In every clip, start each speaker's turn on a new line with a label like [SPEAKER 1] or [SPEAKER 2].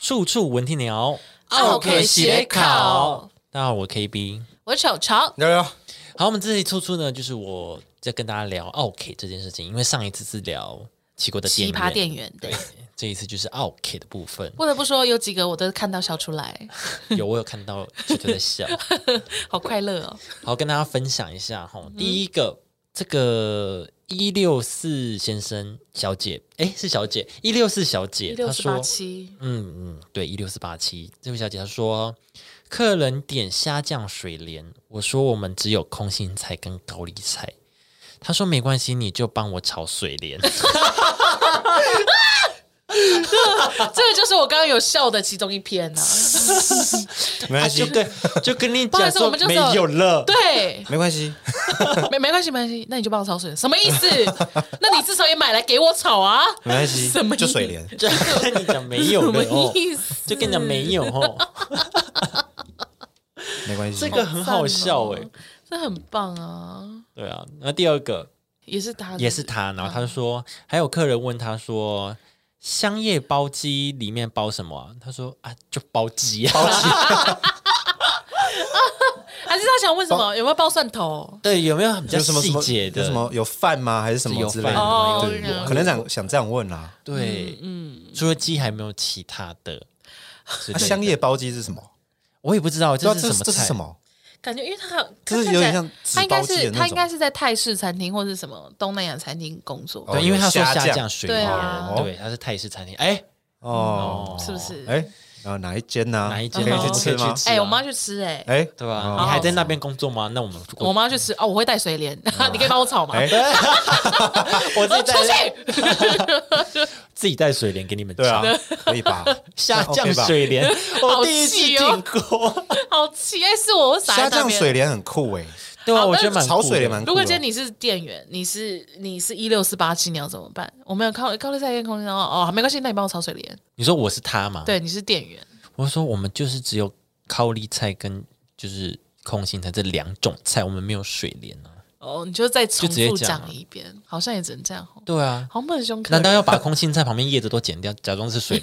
[SPEAKER 1] 处处闻啼鸟，
[SPEAKER 2] 奥克写考。
[SPEAKER 1] 大家好，我 KB。
[SPEAKER 2] 我丑丑，
[SPEAKER 3] 聊聊
[SPEAKER 1] 好，我们这一处处呢，就是我在跟大家聊 OK 这件事情，因为上一次是聊奇国的
[SPEAKER 2] 奇葩
[SPEAKER 1] 店
[SPEAKER 2] 店员对，
[SPEAKER 1] 员，这一次就是 OK 的部
[SPEAKER 2] 。
[SPEAKER 1] 分
[SPEAKER 2] 不得不说有几个我都看到笑 出来，
[SPEAKER 1] 有我有看到就在笑，
[SPEAKER 2] 好快乐哦。
[SPEAKER 1] 好跟大家分享一下哈。第一个，这个一六四先生小姐，诶，是小姐一六四小姐，
[SPEAKER 2] 一
[SPEAKER 1] 她
[SPEAKER 2] 六四八
[SPEAKER 1] 说
[SPEAKER 2] 七，
[SPEAKER 1] 嗯嗯，对，一六四八七这位小姐她说，客人点虾酱水莲，我说我们只有空心菜跟高丽菜，她说没关系，你就帮我炒水 莲。
[SPEAKER 2] 这个就是我刚刚有笑的其中一篇啊呐、
[SPEAKER 3] 没
[SPEAKER 1] 啊
[SPEAKER 3] 关
[SPEAKER 1] 就
[SPEAKER 3] 系，
[SPEAKER 1] 对，就跟你
[SPEAKER 2] 不好意
[SPEAKER 1] 讲
[SPEAKER 2] 思我
[SPEAKER 1] 说
[SPEAKER 2] 们就
[SPEAKER 1] 没
[SPEAKER 2] 走
[SPEAKER 1] 有了，
[SPEAKER 2] 对，
[SPEAKER 3] 没关系，
[SPEAKER 2] 没没关系没关系，那你就帮我炒水，什么意 思？那你至少也买来给我炒啊，
[SPEAKER 3] 没关系
[SPEAKER 2] 什么，意
[SPEAKER 3] 就水莲。
[SPEAKER 1] 就跟你讲没有
[SPEAKER 2] 什
[SPEAKER 1] 了
[SPEAKER 2] 么
[SPEAKER 1] 哦，
[SPEAKER 2] 意思？
[SPEAKER 1] 就跟你讲没有 哦，
[SPEAKER 3] 没关系。
[SPEAKER 1] 这个很好笑哎、
[SPEAKER 2] 赞哦这很棒啊，
[SPEAKER 1] 对啊，那第二个
[SPEAKER 2] 也是他，
[SPEAKER 1] 也是他，然后他就说，还有客人问他说。香叶包鸡里面包什么、啊？他说啊，就包鸡啊。
[SPEAKER 2] 还是他想问什么？有没有包蒜头？
[SPEAKER 1] 对，有没有比较
[SPEAKER 3] 有什么
[SPEAKER 1] 细节的？
[SPEAKER 3] 有什么有饭吗？还是什么
[SPEAKER 1] 有
[SPEAKER 3] 之类
[SPEAKER 1] 饭
[SPEAKER 3] 的？
[SPEAKER 2] 哦
[SPEAKER 1] 有
[SPEAKER 2] 有
[SPEAKER 1] 我
[SPEAKER 3] 可能想想这样问啦。
[SPEAKER 1] 对，嗯，除了鸡还没有其他的之类的。
[SPEAKER 3] 啊香叶包鸡是什么？
[SPEAKER 1] 我也不知道
[SPEAKER 3] 对
[SPEAKER 1] 这
[SPEAKER 3] 啊，
[SPEAKER 1] 是
[SPEAKER 3] 这
[SPEAKER 1] 什么
[SPEAKER 3] 这是
[SPEAKER 1] 菜
[SPEAKER 3] 什？么？
[SPEAKER 2] 感觉因为他
[SPEAKER 3] 就是有点像
[SPEAKER 2] 他应该
[SPEAKER 3] 纸包鸡
[SPEAKER 2] 是
[SPEAKER 3] 的那种
[SPEAKER 2] 他应该是在泰式餐厅或是什么东南亚餐厅工作，
[SPEAKER 3] 哦
[SPEAKER 1] 对，因为他说
[SPEAKER 3] 有虾
[SPEAKER 1] 虾
[SPEAKER 3] 酱
[SPEAKER 1] 酱水
[SPEAKER 2] 对
[SPEAKER 1] 莲
[SPEAKER 2] 啊，
[SPEAKER 1] 对，它是泰式餐厅。哎，
[SPEAKER 3] 哦，
[SPEAKER 2] 是不是？
[SPEAKER 3] 哎，然后哪一间呢？
[SPEAKER 1] 哪一间
[SPEAKER 3] 可以
[SPEAKER 2] 哦
[SPEAKER 3] 去吃吗？
[SPEAKER 2] 哎、
[SPEAKER 1] 啊
[SPEAKER 2] 我妈去吃哎、
[SPEAKER 3] 哎，
[SPEAKER 1] 对吧？
[SPEAKER 3] 哦
[SPEAKER 1] 你还在那边工作吗？那我们
[SPEAKER 2] 我妈去吃哦，我会带水莲， 你可以帮我炒吗？
[SPEAKER 3] 哎，
[SPEAKER 1] 我自己
[SPEAKER 2] 哦出
[SPEAKER 1] 带
[SPEAKER 2] 去，
[SPEAKER 1] 自己带水莲给你们
[SPEAKER 3] 对啊
[SPEAKER 1] 吃。，
[SPEAKER 3] 可 以吧？
[SPEAKER 1] 虾酱
[SPEAKER 3] OK 吧
[SPEAKER 1] 水莲，我第一次
[SPEAKER 2] 好气哦
[SPEAKER 1] 听过。
[SPEAKER 2] 好奇哎、是我我撒在
[SPEAKER 3] 虾
[SPEAKER 2] 那
[SPEAKER 3] 酱
[SPEAKER 2] 边
[SPEAKER 3] 水莲很酷哎，
[SPEAKER 1] 对啊，
[SPEAKER 2] 好
[SPEAKER 1] 我觉得蛮
[SPEAKER 3] 炒
[SPEAKER 1] 酷
[SPEAKER 3] 水
[SPEAKER 1] 的
[SPEAKER 3] 莲蛮酷的。
[SPEAKER 2] 如果今天你是店员，你是你是一六四八七，你要怎么办？我没有靠高丽菜跟空心菜哦，没关系，那你帮我炒水
[SPEAKER 3] 啊
[SPEAKER 2] 莲。
[SPEAKER 1] 你说我是他嘛？，
[SPEAKER 2] 对，你是店员，
[SPEAKER 1] 我说我们就是只有高丽菜跟就是空心菜这两种菜，我们没有水莲啊。
[SPEAKER 2] 哦，你就再重
[SPEAKER 1] 就直接
[SPEAKER 2] 复
[SPEAKER 1] 讲啊
[SPEAKER 2] 讲一遍，好像也只能这样哦。
[SPEAKER 1] 对啊，
[SPEAKER 2] 好闷凶客
[SPEAKER 1] 难
[SPEAKER 2] 人，
[SPEAKER 1] 道要把空心菜旁边叶子都剪掉，假装是水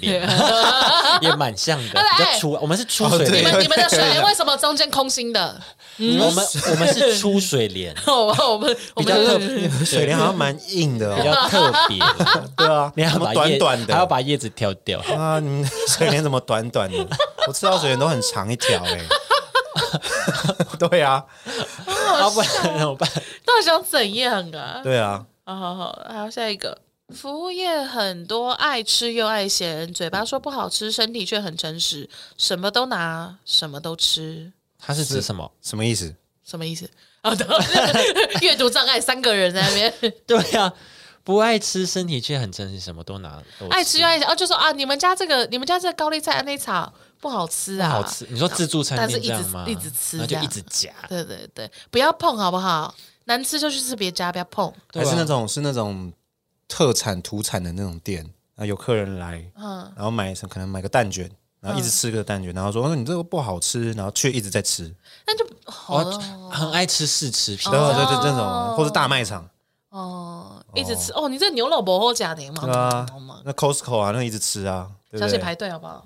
[SPEAKER 3] 啊
[SPEAKER 1] 莲？也蛮像的，
[SPEAKER 2] 来
[SPEAKER 1] 比较粗。我们是粗
[SPEAKER 3] 哦
[SPEAKER 1] 水
[SPEAKER 3] 对
[SPEAKER 2] 你
[SPEAKER 1] 莲，
[SPEAKER 2] 们你们的水莲为什么中间空心的？
[SPEAKER 1] 我 们我们是粗水莲，
[SPEAKER 2] 哦，我们我
[SPEAKER 1] 比较特
[SPEAKER 2] 们
[SPEAKER 1] 别
[SPEAKER 3] 水莲好像蛮硬的
[SPEAKER 1] 比
[SPEAKER 3] 哦，
[SPEAKER 1] 较特别。
[SPEAKER 3] 对 啊，
[SPEAKER 1] 你要
[SPEAKER 3] 怎
[SPEAKER 1] 把
[SPEAKER 3] 么
[SPEAKER 1] 叶
[SPEAKER 3] 短短
[SPEAKER 1] 还要
[SPEAKER 3] 的
[SPEAKER 1] 把叶子挑掉。
[SPEAKER 3] 啊？你们水莲怎么短短的？ 我吃到水莲都很长一条哎。 对啊，
[SPEAKER 1] 要不然怎么办？
[SPEAKER 2] 到底想怎样啊？
[SPEAKER 3] 对啊，
[SPEAKER 2] 好好好，还有下一个。服务业很多爱吃又爱咸，嘴巴说不好吃，身体却很诚实，什么都拿，什么都吃，
[SPEAKER 1] 它是指什么？
[SPEAKER 3] 什么意思？
[SPEAKER 2] 什么意思？啊，对阅读障碍，三个人在那边
[SPEAKER 1] 对呀，不爱吃，身体却很真实，什么都拿。都
[SPEAKER 2] 爱吃又爱咸，哦，就说啊，你们家这个，你们家这个高丽菜那草不好吃啊，
[SPEAKER 1] 好吃。你说自助餐
[SPEAKER 2] 但是
[SPEAKER 1] 店
[SPEAKER 2] 一
[SPEAKER 1] 这样吗？
[SPEAKER 2] 直一直吃
[SPEAKER 1] 然后就
[SPEAKER 2] 这样
[SPEAKER 1] 一直夹。
[SPEAKER 2] 对对对，不要碰好不好？难吃就去吃别家，不要碰。
[SPEAKER 1] 对
[SPEAKER 3] 还
[SPEAKER 1] 啊
[SPEAKER 3] 是那种是那种特产土产的那种店啊，有客人来，
[SPEAKER 2] 嗯，
[SPEAKER 3] 然后买什可能买个蛋卷，然后一直吃个蛋卷，然后说哦你这个不好吃，然后却一直在吃，
[SPEAKER 2] 那就
[SPEAKER 1] 哦
[SPEAKER 2] 哦，
[SPEAKER 1] 很爱吃试吃品
[SPEAKER 3] 对。对对，这种啊或是大卖场
[SPEAKER 2] 哦，一直吃哦，你这牛肉不好假的
[SPEAKER 3] 对啊
[SPEAKER 2] 嘛，好吗，？
[SPEAKER 3] 那 Costco 啊，那一直吃啊，对
[SPEAKER 2] 小
[SPEAKER 3] 不
[SPEAKER 2] 姐
[SPEAKER 3] 对？
[SPEAKER 2] 排队好不好？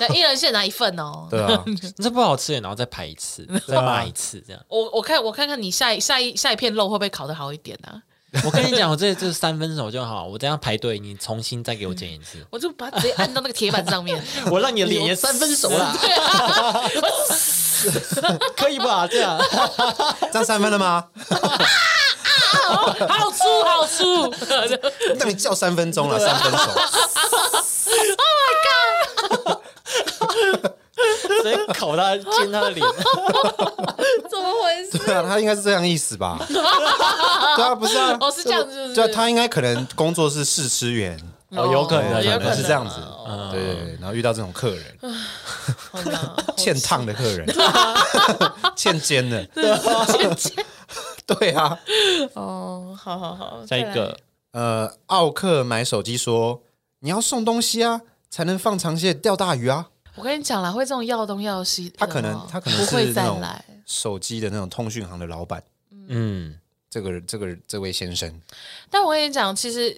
[SPEAKER 2] 那一人限拿一份哦。
[SPEAKER 3] 对啊，
[SPEAKER 1] 你这不好吃，然后再排一次，再骂一次，这样。
[SPEAKER 2] 我我看我看看你下一下一下一片肉会不会烤得好一点啊？
[SPEAKER 1] 我跟你讲，我这这三分熟就好，我这样排队，你重新再给我剪一次，
[SPEAKER 2] 我就把它直接按到那个铁板上 面。
[SPEAKER 1] 我让你的脸也三分熟啦，啊可以吧？这样
[SPEAKER 3] 这样三分了吗？
[SPEAKER 2] 哦，好粗好粗，
[SPEAKER 3] 那你叫三分钟了，
[SPEAKER 2] 啊
[SPEAKER 3] 三分熟，
[SPEAKER 1] 直接烤他，亲他的脸，
[SPEAKER 2] 怎么回事？
[SPEAKER 3] 对啊，他应该是这样意思吧？对啊，不是啊，
[SPEAKER 2] 哦，是这样子是不是，
[SPEAKER 3] 对啊，他应该可能工作是试吃员，
[SPEAKER 1] 哦有可能
[SPEAKER 2] 哦
[SPEAKER 1] 有
[SPEAKER 2] 有
[SPEAKER 1] 可
[SPEAKER 2] 可能
[SPEAKER 1] 能
[SPEAKER 3] 是这样子嗯
[SPEAKER 2] 哦，
[SPEAKER 3] 对对
[SPEAKER 1] 嗯
[SPEAKER 3] 对，然后遇到这种客人，
[SPEAKER 2] 好 啦
[SPEAKER 3] 欠烫的客 人，欠煎的，
[SPEAKER 1] 啊
[SPEAKER 3] 对啊，
[SPEAKER 2] 哦，好好好，
[SPEAKER 1] 下一
[SPEAKER 2] 再来
[SPEAKER 1] 个。
[SPEAKER 3] 呃，奥克买手机说你要送东西啊，才能放长线钓大鱼啊。
[SPEAKER 2] 我跟你讲啦，会这种要东要西的哦，
[SPEAKER 3] 他可能他可能
[SPEAKER 2] 不会
[SPEAKER 3] 是
[SPEAKER 2] 再
[SPEAKER 3] 那种
[SPEAKER 2] 来。
[SPEAKER 3] 手机的那种通讯行的老板，
[SPEAKER 1] 嗯，
[SPEAKER 3] 这个这个这位先生，
[SPEAKER 2] 但我跟你讲，其实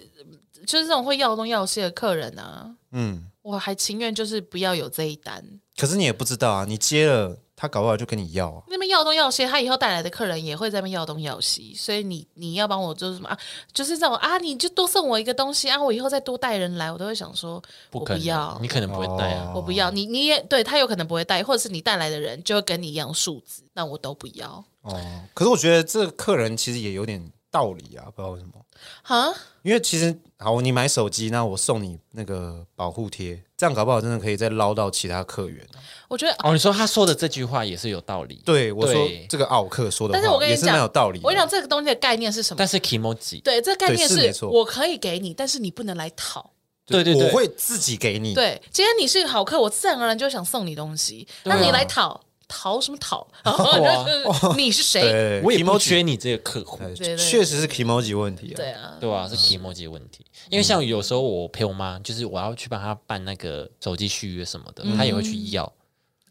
[SPEAKER 2] 就是这种会要东要西的客人啊，
[SPEAKER 3] 嗯，
[SPEAKER 2] 我还情愿就是不要有这一单。
[SPEAKER 3] 可是你也不知道啊，你接了他搞不好就跟你要啊，
[SPEAKER 2] 那边要东要西，他以后带来的客人也会在那边要东要西，所以你你要帮我做什么啊？就是这种啊，你就多送我一个东西啊，我以后再多带人来，我都会想说，
[SPEAKER 1] 不
[SPEAKER 2] 我
[SPEAKER 1] 可
[SPEAKER 2] 不要哦
[SPEAKER 1] 能，你，可能不会带啊。
[SPEAKER 2] 我不要，你你也对他有可能不会带，或者是你带来的人就会跟你一样数字，那我都不要
[SPEAKER 3] 哦，可是我觉得这个客人其实也有点道理啊，不知道为什么。
[SPEAKER 2] 啊。
[SPEAKER 3] 因为其实好，你买手机，那我送你那个保护贴，这样搞不好真的可以再捞到其他客源。
[SPEAKER 2] 我觉得
[SPEAKER 1] 哦，你说他说的这句话也是有道理，
[SPEAKER 3] 对我说
[SPEAKER 1] 对，
[SPEAKER 3] 这个奥克说的
[SPEAKER 2] 但是我
[SPEAKER 3] 话
[SPEAKER 2] 跟你
[SPEAKER 3] 也是蛮
[SPEAKER 2] 讲
[SPEAKER 3] 有道理的。
[SPEAKER 2] 我跟你讲这个东西的概念是什么
[SPEAKER 1] 但？是 k i m o j i
[SPEAKER 2] 对，这个概念
[SPEAKER 3] 对是没错
[SPEAKER 2] 我可以给你，但是你不能来讨。
[SPEAKER 1] 对对对
[SPEAKER 3] 我会自己给
[SPEAKER 1] 嗯
[SPEAKER 3] 你。
[SPEAKER 2] 对，今天你是好客，我自然而然就想送你东西。
[SPEAKER 1] 对啊
[SPEAKER 2] 那你来讨讨什么 讨？
[SPEAKER 1] 哇
[SPEAKER 2] 你是谁？
[SPEAKER 3] 对，
[SPEAKER 1] 我也不
[SPEAKER 3] Kimoji
[SPEAKER 1] 缺你这个客户，
[SPEAKER 3] 对
[SPEAKER 2] 对对
[SPEAKER 3] 确实是 emoji 问题啊。
[SPEAKER 2] 对啊，
[SPEAKER 1] 对啊，是 k i m o j i 问题。因为像有时候我陪我妈，就是我要去帮她办那个手机续约什么的，她也会去要。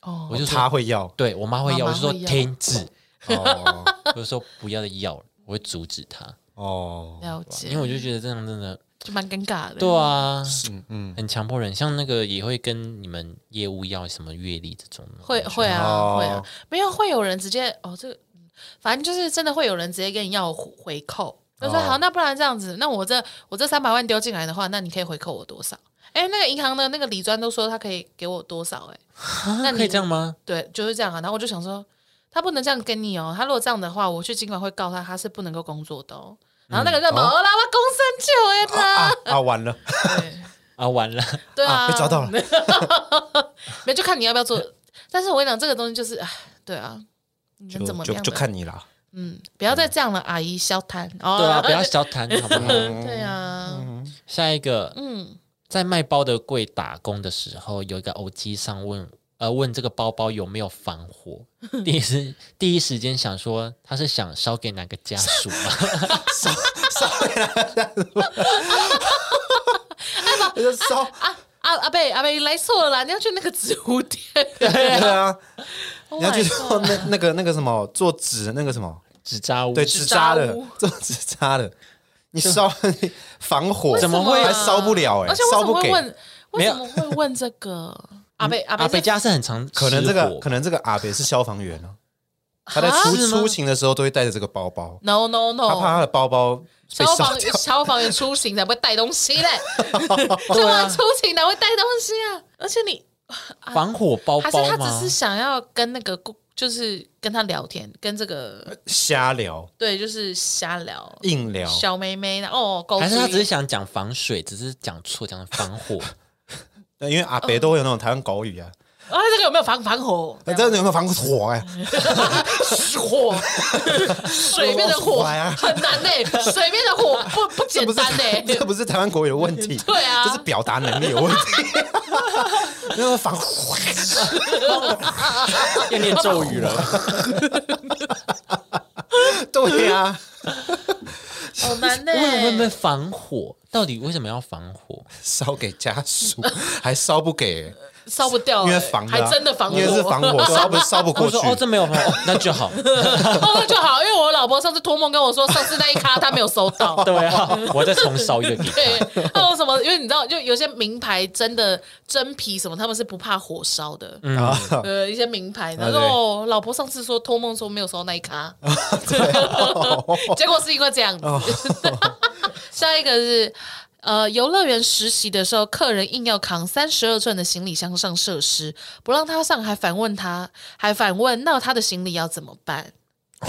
[SPEAKER 2] 哦
[SPEAKER 1] 我就
[SPEAKER 3] 他
[SPEAKER 1] 说，
[SPEAKER 3] 会 要
[SPEAKER 1] 对我妈会要，
[SPEAKER 2] 妈妈
[SPEAKER 1] 我就说
[SPEAKER 2] 会要
[SPEAKER 1] 停止，
[SPEAKER 3] 哦
[SPEAKER 1] 我就说不要再要了，我会阻止她，
[SPEAKER 3] 哦，
[SPEAKER 2] 了解，
[SPEAKER 1] 因为我就觉得这样真的，
[SPEAKER 2] 就蛮尴尬的。
[SPEAKER 1] 对啊，
[SPEAKER 3] 嗯 嗯，
[SPEAKER 1] 很强迫人。像那个也会跟你们业务要什么阅历这种的，
[SPEAKER 2] 会会啊、
[SPEAKER 3] 哦
[SPEAKER 2] 会啊，没有会有人直接哦，这个嗯反正就是真的会有人直接跟你要回回扣，就说、
[SPEAKER 3] 哦
[SPEAKER 2] 好，那不然这样子，那我这我这三百万丢进来的话，那你可以回扣我多少？哎，那个银行的那个理专都说他可以给我多少、哎，那
[SPEAKER 1] 那可以
[SPEAKER 2] 你
[SPEAKER 1] 这样吗？
[SPEAKER 2] 对，就是这样啊。然后我就想说，他不能这样跟你哦，他如果这样的话，我去尽管会告他，他是不能够工作的哦。然后那个人就毛啦，我公三九哎
[SPEAKER 3] 嗯啊啊，完了
[SPEAKER 1] 啊，完了，
[SPEAKER 2] 他， 对
[SPEAKER 3] 啊，
[SPEAKER 2] 啊，
[SPEAKER 3] 被抓到了。
[SPEAKER 2] 没就看你要不要做。但是我跟你讲，这个东西就是，哎，对啊，你
[SPEAKER 3] 就
[SPEAKER 2] 能 怎么
[SPEAKER 3] 就
[SPEAKER 2] 样呢？啊
[SPEAKER 3] 就看你啦。
[SPEAKER 2] 嗯，不要再这样了，阿姨消摊哦。
[SPEAKER 1] 对啊，不要小 谈好不好？
[SPEAKER 3] 嗯
[SPEAKER 2] 对啊，
[SPEAKER 1] 下一个，
[SPEAKER 2] 嗯，
[SPEAKER 1] 在卖包的柜打工的时候，有一个欧机上问，呃，问这个包包有没有防火。第一 时第一时间想说，他是想烧给哪个家属吗？
[SPEAKER 3] 我就烧
[SPEAKER 2] 啊啊阿贝阿贝你来错了啦，你要去那个植物店，
[SPEAKER 3] 对啊，
[SPEAKER 2] Oh
[SPEAKER 3] 你要去
[SPEAKER 2] my
[SPEAKER 3] 做
[SPEAKER 2] God
[SPEAKER 3] 那那个那个什么做纸的那个什么
[SPEAKER 1] 纸扎屋
[SPEAKER 3] 对
[SPEAKER 2] 纸
[SPEAKER 3] 纸
[SPEAKER 2] 扎
[SPEAKER 3] 扎
[SPEAKER 2] 屋
[SPEAKER 3] 的做纸扎 的，你烧 你防火
[SPEAKER 1] 怎么会
[SPEAKER 2] 为
[SPEAKER 3] 还
[SPEAKER 2] 什么啊
[SPEAKER 3] 烧不了哎、
[SPEAKER 2] 而且为
[SPEAKER 3] 烧
[SPEAKER 2] 什么
[SPEAKER 3] 不
[SPEAKER 2] 会
[SPEAKER 3] 给。嗯
[SPEAKER 2] 问？为
[SPEAKER 1] 没有
[SPEAKER 2] 什么会问这个？阿贝阿
[SPEAKER 1] 阿
[SPEAKER 2] 贝
[SPEAKER 1] 贝
[SPEAKER 2] 是
[SPEAKER 1] 家是很常
[SPEAKER 3] 可能这
[SPEAKER 1] 失
[SPEAKER 3] 个
[SPEAKER 1] 火
[SPEAKER 3] 可能这个阿北是消防员啊，他
[SPEAKER 2] 啊
[SPEAKER 3] 在出
[SPEAKER 1] 是吗
[SPEAKER 3] 出行的时候都会带着这个包包，
[SPEAKER 2] No No
[SPEAKER 3] 他怕他
[SPEAKER 2] No，
[SPEAKER 3] 的包包被
[SPEAKER 2] 哦消
[SPEAKER 3] 烧
[SPEAKER 2] 防
[SPEAKER 3] 掉。
[SPEAKER 2] 消防员出行才不会带东 西嘞，
[SPEAKER 3] 啊
[SPEAKER 2] 消防员出行才会带东西啊！而且你
[SPEAKER 1] 防火包
[SPEAKER 2] 啊还是
[SPEAKER 1] 包
[SPEAKER 2] 他
[SPEAKER 1] 吗
[SPEAKER 2] 只是？想要跟那个顾就是跟他聊天，跟这个
[SPEAKER 3] 瞎聊
[SPEAKER 2] 对就是瞎聊。
[SPEAKER 3] 硬聊，
[SPEAKER 2] 小妹妹呢？哦，狗
[SPEAKER 1] 还是他
[SPEAKER 2] 嘴
[SPEAKER 1] 只是想讲防水，只是讲错，讲防 火。
[SPEAKER 3] 因为阿北
[SPEAKER 2] 嗯
[SPEAKER 3] 都会有那种台湾狗语啊，
[SPEAKER 2] 啊，这个有没有防防 火？
[SPEAKER 3] 那真的有没有防火哎、
[SPEAKER 2] 火，水面的火
[SPEAKER 3] 哇哇呀
[SPEAKER 2] 很难呢、水面的火不不
[SPEAKER 3] 啊这
[SPEAKER 2] 简
[SPEAKER 3] 不是
[SPEAKER 2] 单呢、欸
[SPEAKER 3] 这不是台湾国语的问题，
[SPEAKER 2] 对啊
[SPEAKER 3] 这是表达能力有问题。 那个防火，
[SPEAKER 1] 要念咒语 了，
[SPEAKER 3] 对呀、啊，
[SPEAKER 2] 好难欸呢、
[SPEAKER 1] 为什么会被防火？到底为什么要防火？
[SPEAKER 3] 烧给家属还烧不给、
[SPEAKER 2] 烧不掉、
[SPEAKER 3] 因为防
[SPEAKER 2] 哦
[SPEAKER 3] 的
[SPEAKER 2] 还
[SPEAKER 3] 啊、
[SPEAKER 2] 真的防火，
[SPEAKER 3] 因为是防火，烧不烧不
[SPEAKER 1] 我
[SPEAKER 3] 过去
[SPEAKER 1] 说。哦，这没有防 火，那就好。
[SPEAKER 2] 哦那就好。因为我老婆上次托梦跟我说，上次那一咖她没有收 到。
[SPEAKER 1] 对啊，我再重烧一个 给他。
[SPEAKER 2] 对，还有什么？因为你知道，就有些名牌真的真皮什么，他们是不怕火烧的。
[SPEAKER 3] 啊，
[SPEAKER 1] 嗯
[SPEAKER 2] 呃，一些名牌，然
[SPEAKER 3] 啊对哦
[SPEAKER 2] 后、哦、老婆上次说托梦说没有收到那一 卡， 结果是因为这样子。 下一个是呃，游乐园实习的时候，客人硬要扛三十二寸的行李箱上设施，不让他上，还反问他，还反问那他的行李要怎么办？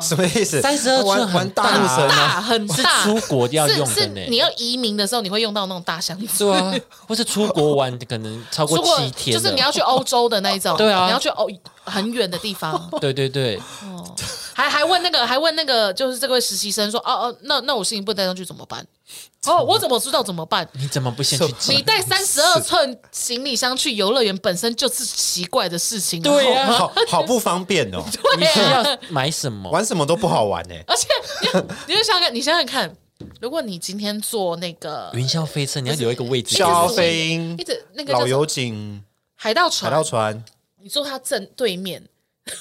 [SPEAKER 3] 什么意思？
[SPEAKER 1] 32寸
[SPEAKER 3] 玩玩
[SPEAKER 1] 很大
[SPEAKER 3] 大怒神啊！
[SPEAKER 2] 大很
[SPEAKER 1] 是
[SPEAKER 2] 大，
[SPEAKER 1] 出国要
[SPEAKER 2] 是
[SPEAKER 1] 用
[SPEAKER 2] 是
[SPEAKER 1] 的呢。
[SPEAKER 2] 你要移民的时候，你会用到那种大箱子。
[SPEAKER 1] 对啊，或是出国玩可能超过
[SPEAKER 2] 如果
[SPEAKER 1] 七天
[SPEAKER 2] 就
[SPEAKER 1] 了，
[SPEAKER 2] 是你要去欧洲的那一种，
[SPEAKER 1] 对啊
[SPEAKER 2] 你要去欧很远的 地方，
[SPEAKER 1] 对对对，
[SPEAKER 2] 还还问那个，还问那个，就是这位实习生说，哦哦，那那我行李不带上去怎么办？哦，我怎么知道怎么办？
[SPEAKER 1] 你怎么不先去
[SPEAKER 2] 你
[SPEAKER 1] 记？
[SPEAKER 2] 带三十二寸行李箱去游乐园本身就是奇怪的事情，
[SPEAKER 1] 对
[SPEAKER 2] 然后
[SPEAKER 1] 啊，
[SPEAKER 3] 好好不方便 哦，
[SPEAKER 1] 你是要买什么？
[SPEAKER 3] 玩什么都不好玩哎、
[SPEAKER 2] 而且你你就想想看，你想想看，如果你今天做那个
[SPEAKER 1] 云霄飞车，你要留一个位置给
[SPEAKER 3] 消
[SPEAKER 1] 我。
[SPEAKER 3] 飞鹰
[SPEAKER 2] 一、直那个叫
[SPEAKER 3] 老
[SPEAKER 2] 什么
[SPEAKER 3] 油井、
[SPEAKER 2] 海盗
[SPEAKER 3] 海
[SPEAKER 2] 船，
[SPEAKER 3] 盗船，
[SPEAKER 2] 你坐他正对面，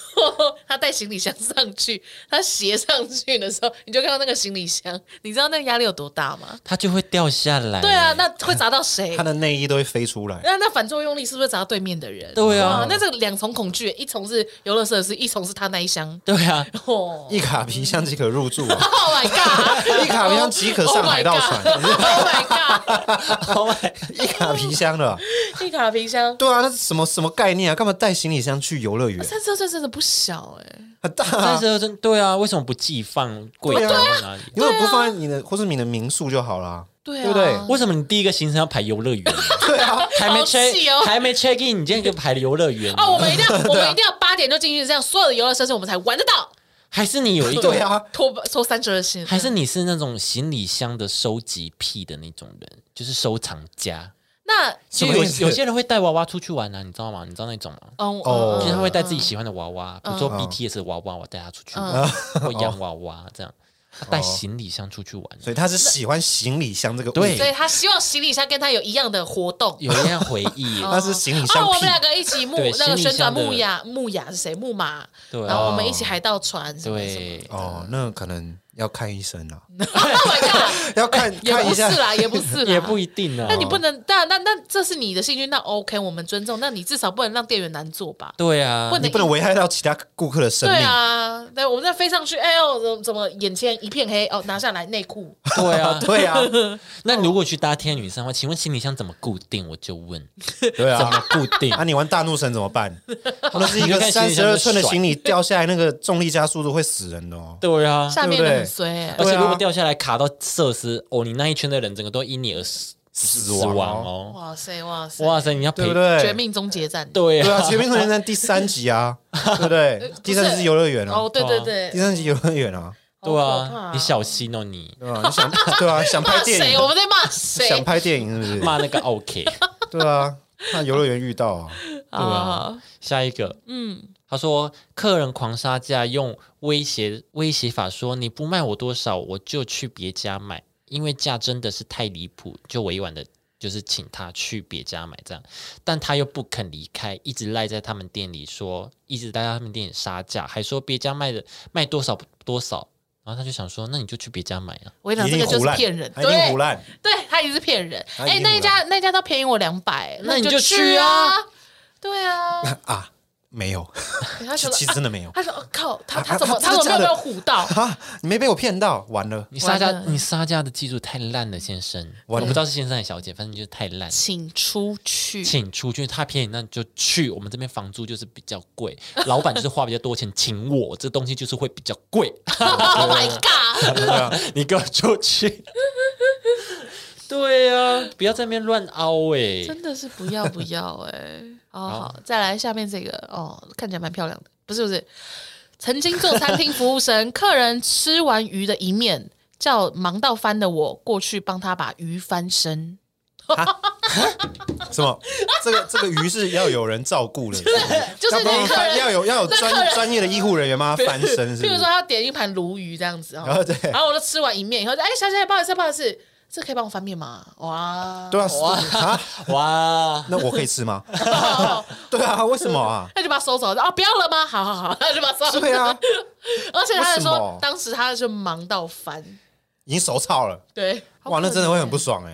[SPEAKER 2] 他带行李箱上去，他斜上去的时候，你就看到那个行李箱，你知道那个压力有多大吗？
[SPEAKER 1] 它就会掉下来。
[SPEAKER 2] 对啊，那会砸到谁
[SPEAKER 3] 它？的内衣都会飞出来。
[SPEAKER 2] 那那反作用力是不是砸到对面的人？
[SPEAKER 1] 对啊
[SPEAKER 2] 哇那这个两重恐惧，一重是游乐设施，一重是他那一箱。
[SPEAKER 1] 对 啊，
[SPEAKER 2] 哦
[SPEAKER 3] 一卡皮箱即可入住 啊，
[SPEAKER 2] ，Oh my god！
[SPEAKER 3] 一卡皮箱即可上海盗船
[SPEAKER 2] Oh my god！
[SPEAKER 1] Oh my god
[SPEAKER 3] 一卡皮箱的啊。
[SPEAKER 2] 一卡冰箱，
[SPEAKER 3] 对啊，那是什么什么概念啊？干嘛带行李箱去游乐园？
[SPEAKER 2] 三十二岁真的不小哎、
[SPEAKER 3] 很大
[SPEAKER 1] 但
[SPEAKER 3] 啊，
[SPEAKER 1] 是真对啊，为什么不寄放柜
[SPEAKER 3] 对
[SPEAKER 1] 台
[SPEAKER 3] 啊
[SPEAKER 1] 在哪里？
[SPEAKER 3] 你为什么不放在你的或是你的民宿就好啦？
[SPEAKER 2] 对啊，
[SPEAKER 3] 对不对
[SPEAKER 1] 为什么你第一个行程要排游乐园？
[SPEAKER 3] 对啊，
[SPEAKER 1] 还没
[SPEAKER 2] 好气
[SPEAKER 1] check，、
[SPEAKER 2] 哦
[SPEAKER 1] 还没 check in，你今天就排游乐园？
[SPEAKER 2] 哦，我们一 定要，
[SPEAKER 3] 啊
[SPEAKER 2] 我们一定要八点就进去，这样所有的游乐设施我们才玩得到。
[SPEAKER 1] 还是你有一
[SPEAKER 3] 对
[SPEAKER 1] 个，
[SPEAKER 3] 啊，
[SPEAKER 2] 拖拖三十二线，
[SPEAKER 1] 还是你是那种行李箱的收集癖的那种人，就是收藏家。
[SPEAKER 2] 那
[SPEAKER 1] 就
[SPEAKER 3] 什么
[SPEAKER 1] 有
[SPEAKER 3] 意思
[SPEAKER 1] 有些人会带娃娃出去玩啊，你知道吗？你知道那种吗？
[SPEAKER 2] 嗯
[SPEAKER 3] 哦
[SPEAKER 1] 就是
[SPEAKER 2] 嗯
[SPEAKER 1] 他会带自己喜欢的娃娃，比如说
[SPEAKER 3] 嗯
[SPEAKER 1] BTS 的娃娃，我带他出去
[SPEAKER 2] 嗯
[SPEAKER 1] 玩，或洋娃娃这样，他带行李箱出去玩，
[SPEAKER 3] 哦所以他是喜欢行李箱这个物
[SPEAKER 1] 对
[SPEAKER 2] 嗯所以他希望行李箱跟他有一样的活动。
[SPEAKER 1] 有一样回忆。
[SPEAKER 3] 他是行李
[SPEAKER 2] 啊，
[SPEAKER 3] 箱
[SPEAKER 2] 我
[SPEAKER 3] 屁
[SPEAKER 2] 们。两个一起木
[SPEAKER 1] 对
[SPEAKER 2] 那个
[SPEAKER 1] 行
[SPEAKER 2] 旋转
[SPEAKER 1] 李箱的
[SPEAKER 2] 木雅，木雅是谁？木马。
[SPEAKER 1] 对
[SPEAKER 2] 然后我们一起海盗船什么什么。
[SPEAKER 1] 对，
[SPEAKER 3] 哦，那可能要看医生啊啦，
[SPEAKER 2] Oh my god！
[SPEAKER 3] 要看
[SPEAKER 2] 也
[SPEAKER 3] 看一
[SPEAKER 2] 不
[SPEAKER 3] 下
[SPEAKER 2] 是啊啦，也不是啦，
[SPEAKER 1] 也不一定啊
[SPEAKER 2] 那。你不能，但那那这是你的兴趣，那 OK，我们尊重。那你至少不能让店员难做吧？
[SPEAKER 1] 对啊
[SPEAKER 2] 不，能
[SPEAKER 3] 你不能危害到其他顾客的生
[SPEAKER 2] 对
[SPEAKER 3] 命。
[SPEAKER 2] 啊，对，我们在飞上去，哎呦，怎么怎么眼前一片黑？哦，拿下来内裤，
[SPEAKER 1] 对 啊。
[SPEAKER 3] 对啊，
[SPEAKER 1] 那如果去搭天女散花，请问行李箱怎么固定？我就问，
[SPEAKER 3] 对
[SPEAKER 1] 怎么
[SPEAKER 3] 啊。
[SPEAKER 1] 固 定
[SPEAKER 3] 啊，？你玩大怒神怎 么办？那是一
[SPEAKER 1] 你就
[SPEAKER 3] 个
[SPEAKER 1] 看行
[SPEAKER 3] 三
[SPEAKER 1] 李
[SPEAKER 3] 十
[SPEAKER 1] 箱
[SPEAKER 3] 二
[SPEAKER 1] 在
[SPEAKER 3] 寸的
[SPEAKER 1] 甩
[SPEAKER 3] 行李掉下来，那个重力加速度会死人的哦。
[SPEAKER 1] 对啊，
[SPEAKER 2] 下面
[SPEAKER 3] 对
[SPEAKER 2] 的
[SPEAKER 3] 不对
[SPEAKER 2] 很衰、哎
[SPEAKER 1] 而
[SPEAKER 3] 对
[SPEAKER 1] 且
[SPEAKER 3] 啊
[SPEAKER 1] 如果掉下来卡到设施，哦，你那一圈的人整个都因你而死
[SPEAKER 3] 死
[SPEAKER 1] 死
[SPEAKER 3] 亡
[SPEAKER 1] 亡
[SPEAKER 3] 哦
[SPEAKER 1] 哦。
[SPEAKER 2] 哇塞哇塞
[SPEAKER 1] 哇塞，你要赔
[SPEAKER 3] 对不对？
[SPEAKER 2] 绝命终结战。
[SPEAKER 1] 对
[SPEAKER 3] 对
[SPEAKER 1] 啊
[SPEAKER 3] 啊，《全民同学站》第三 集啊，对不对？第三集是游乐园啊
[SPEAKER 2] 哦，，对对
[SPEAKER 3] 第
[SPEAKER 2] 对，
[SPEAKER 3] 三集游乐园啊，
[SPEAKER 1] 对
[SPEAKER 2] 好可怕
[SPEAKER 1] 啊
[SPEAKER 2] 哦，
[SPEAKER 1] 你小心哦，你
[SPEAKER 3] 对吧？ 你想对啊，想
[SPEAKER 2] 骂
[SPEAKER 3] 拍电
[SPEAKER 2] 谁？我
[SPEAKER 3] 影，
[SPEAKER 2] 们在骂
[SPEAKER 3] 想
[SPEAKER 2] 谁？
[SPEAKER 3] 拍电影是不是？
[SPEAKER 1] 骂那个 OK。
[SPEAKER 3] 对啊，那游乐园遇到啊，
[SPEAKER 2] 啊，
[SPEAKER 1] 下一个，
[SPEAKER 2] 嗯，
[SPEAKER 1] 他说客人狂杀价，用威胁威胁法说你不卖我多少，我就去别家买，因为价真的是太离谱，就委婉的。就是请他去别家买这样，但他又不肯离开，一直赖在他们店里说，一直待在他们店里杀价，还说别家卖的卖多少多少，然后他就想说，那你就去别家买啊，
[SPEAKER 2] 我跟你讲，
[SPEAKER 3] 一
[SPEAKER 2] 这个
[SPEAKER 3] 定
[SPEAKER 2] 就
[SPEAKER 3] 胡
[SPEAKER 2] 是
[SPEAKER 3] 烂，
[SPEAKER 2] 骗人，
[SPEAKER 3] 他一定
[SPEAKER 2] 对
[SPEAKER 3] 胡烂，
[SPEAKER 2] 对，他也是骗人。
[SPEAKER 3] 他一定
[SPEAKER 2] 哎，
[SPEAKER 3] 胡
[SPEAKER 2] 那一家那一家都便宜我两百，
[SPEAKER 1] 那你
[SPEAKER 2] 你
[SPEAKER 1] 就去
[SPEAKER 2] 去
[SPEAKER 1] 啊。
[SPEAKER 2] 对啊，
[SPEAKER 3] 啊，没有，
[SPEAKER 2] 哎他
[SPEAKER 3] 其
[SPEAKER 2] 说
[SPEAKER 3] 其实真的没有
[SPEAKER 2] 他说哦靠，他
[SPEAKER 3] 啊
[SPEAKER 2] 他怎么
[SPEAKER 3] 啊
[SPEAKER 2] 他
[SPEAKER 3] 真的
[SPEAKER 2] 怎么没
[SPEAKER 3] 假
[SPEAKER 2] 有
[SPEAKER 3] 的
[SPEAKER 2] 唬 到？
[SPEAKER 3] 啊，你没被我骗到，完 了，
[SPEAKER 1] 你杀
[SPEAKER 2] 完
[SPEAKER 1] 价
[SPEAKER 2] 了
[SPEAKER 1] 你杀价的技术太烂了，先生，我
[SPEAKER 3] 完
[SPEAKER 1] 不
[SPEAKER 3] 了
[SPEAKER 1] 知道是先生还是小姐，反正就是太烂。
[SPEAKER 2] 请出去。
[SPEAKER 1] 请出去，他便宜那你就去。我们这边房租就是比较贵， 老板就是花比较多钱请我，这东西就是会比较贵。
[SPEAKER 2] Oh my god！
[SPEAKER 3] 对啊，
[SPEAKER 1] 你给我出去！ 对呀、不要在那边乱凹哎、
[SPEAKER 2] 真的是不要不要哎、哦，好，再来下面这个哦，看起来蛮漂亮的，不是不是。曾经做餐厅服务生，客人吃完鱼的一面，叫忙到翻的我过去帮他把鱼翻身。
[SPEAKER 3] 什么？这个这个鱼是要有人照顾的，
[SPEAKER 2] 就是
[SPEAKER 3] 要不然
[SPEAKER 2] 你客人
[SPEAKER 3] 要有要有
[SPEAKER 2] 那客
[SPEAKER 3] 专
[SPEAKER 2] 人
[SPEAKER 3] 专业的医护人员帮他翻身，
[SPEAKER 2] 譬
[SPEAKER 3] 是不
[SPEAKER 2] 如
[SPEAKER 3] 是
[SPEAKER 2] 说，？他点一盘鲈鱼这样子
[SPEAKER 3] 然后
[SPEAKER 2] 哦，
[SPEAKER 3] 对
[SPEAKER 2] 然后我就吃完一面以后就，哎，小姐，不好意思，不好意思，这可以帮我翻面吗？哇，
[SPEAKER 3] 对啊，啊，
[SPEAKER 1] 哇，
[SPEAKER 3] 那我可以吃 吗？对啊，为什么啊？
[SPEAKER 2] 那就把它收走。啊，不要了吗？好好好，那就把它收走。
[SPEAKER 3] 对啊，
[SPEAKER 2] 而且他还
[SPEAKER 3] 为什
[SPEAKER 2] 说
[SPEAKER 3] 么，
[SPEAKER 2] 当时他就忙到翻，
[SPEAKER 3] 已经手操了。
[SPEAKER 2] 对，
[SPEAKER 3] 哇，那真的会很不爽哎、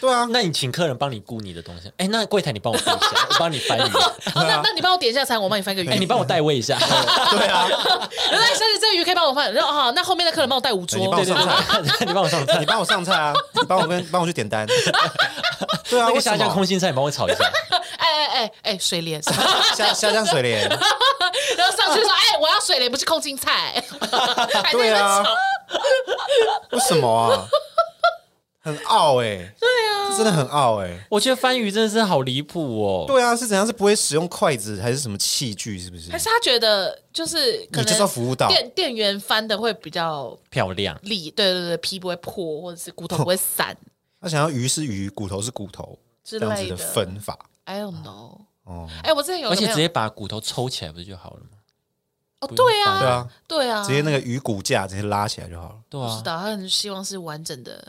[SPEAKER 3] 对 啊，
[SPEAKER 1] 那你请客人帮你顾你的东西，哎、那柜台你帮我顾一下，我 帮你翻译。
[SPEAKER 3] 啊
[SPEAKER 2] 好，哦那那你帮我点一下餐，我帮你翻个鱼。
[SPEAKER 1] 哎、你 帮我代位一下，
[SPEAKER 3] 对啊，
[SPEAKER 2] 然后小姐，这个鱼可以帮我翻。然后哦好，那后面的客人帮我带五桌。
[SPEAKER 3] 哎你帮我上菜，
[SPEAKER 1] 你帮我上菜。
[SPEAKER 3] 你帮我上菜啊，你帮我跟帮我 去点单。对啊，
[SPEAKER 1] 那
[SPEAKER 3] 为
[SPEAKER 1] 个
[SPEAKER 3] 什
[SPEAKER 1] 下降
[SPEAKER 3] 么
[SPEAKER 1] 空心菜，你帮我炒一下。
[SPEAKER 2] 哎哎哎哎，水莲。
[SPEAKER 3] 下下降 水莲？
[SPEAKER 2] 然后上去说，哎，我要水莲，不是空心 菜。还在那
[SPEAKER 3] 对
[SPEAKER 2] 边
[SPEAKER 3] 啊
[SPEAKER 2] 吵，
[SPEAKER 3] 为什么啊？很傲哎、对啊，真的很傲哎、
[SPEAKER 1] 我觉得翻鱼真的是好离谱哦。
[SPEAKER 3] 对啊，是怎样？是不会使用筷子还是什么器具？是不是
[SPEAKER 2] 还？是他觉得就是可
[SPEAKER 3] 你就是要
[SPEAKER 2] 能
[SPEAKER 3] 服务到，
[SPEAKER 2] 店店员翻的会比较
[SPEAKER 1] 漂亮，
[SPEAKER 2] 利，对对对，皮不会破，或者是骨
[SPEAKER 3] 哦
[SPEAKER 2] 头不会散
[SPEAKER 3] 他想要鱼是鱼，骨头是骨头
[SPEAKER 2] 之
[SPEAKER 3] 这样
[SPEAKER 2] 类
[SPEAKER 3] 子
[SPEAKER 2] 的
[SPEAKER 3] 的。分法
[SPEAKER 2] I don't know。
[SPEAKER 3] 哦。
[SPEAKER 2] 哎，我之前有
[SPEAKER 1] 而
[SPEAKER 2] 一个
[SPEAKER 1] 且直
[SPEAKER 2] 朋
[SPEAKER 1] 接
[SPEAKER 2] 友
[SPEAKER 1] 把骨头抽起来不就好了吗？
[SPEAKER 2] 哦，
[SPEAKER 1] 不用
[SPEAKER 2] 对啊，
[SPEAKER 1] 翻
[SPEAKER 3] 对啊，
[SPEAKER 2] 对啊，
[SPEAKER 3] 直接那个鱼骨架直接拉起来就好了。
[SPEAKER 1] 对
[SPEAKER 2] 不知
[SPEAKER 1] 啊，
[SPEAKER 2] 道，他很希望是完整的。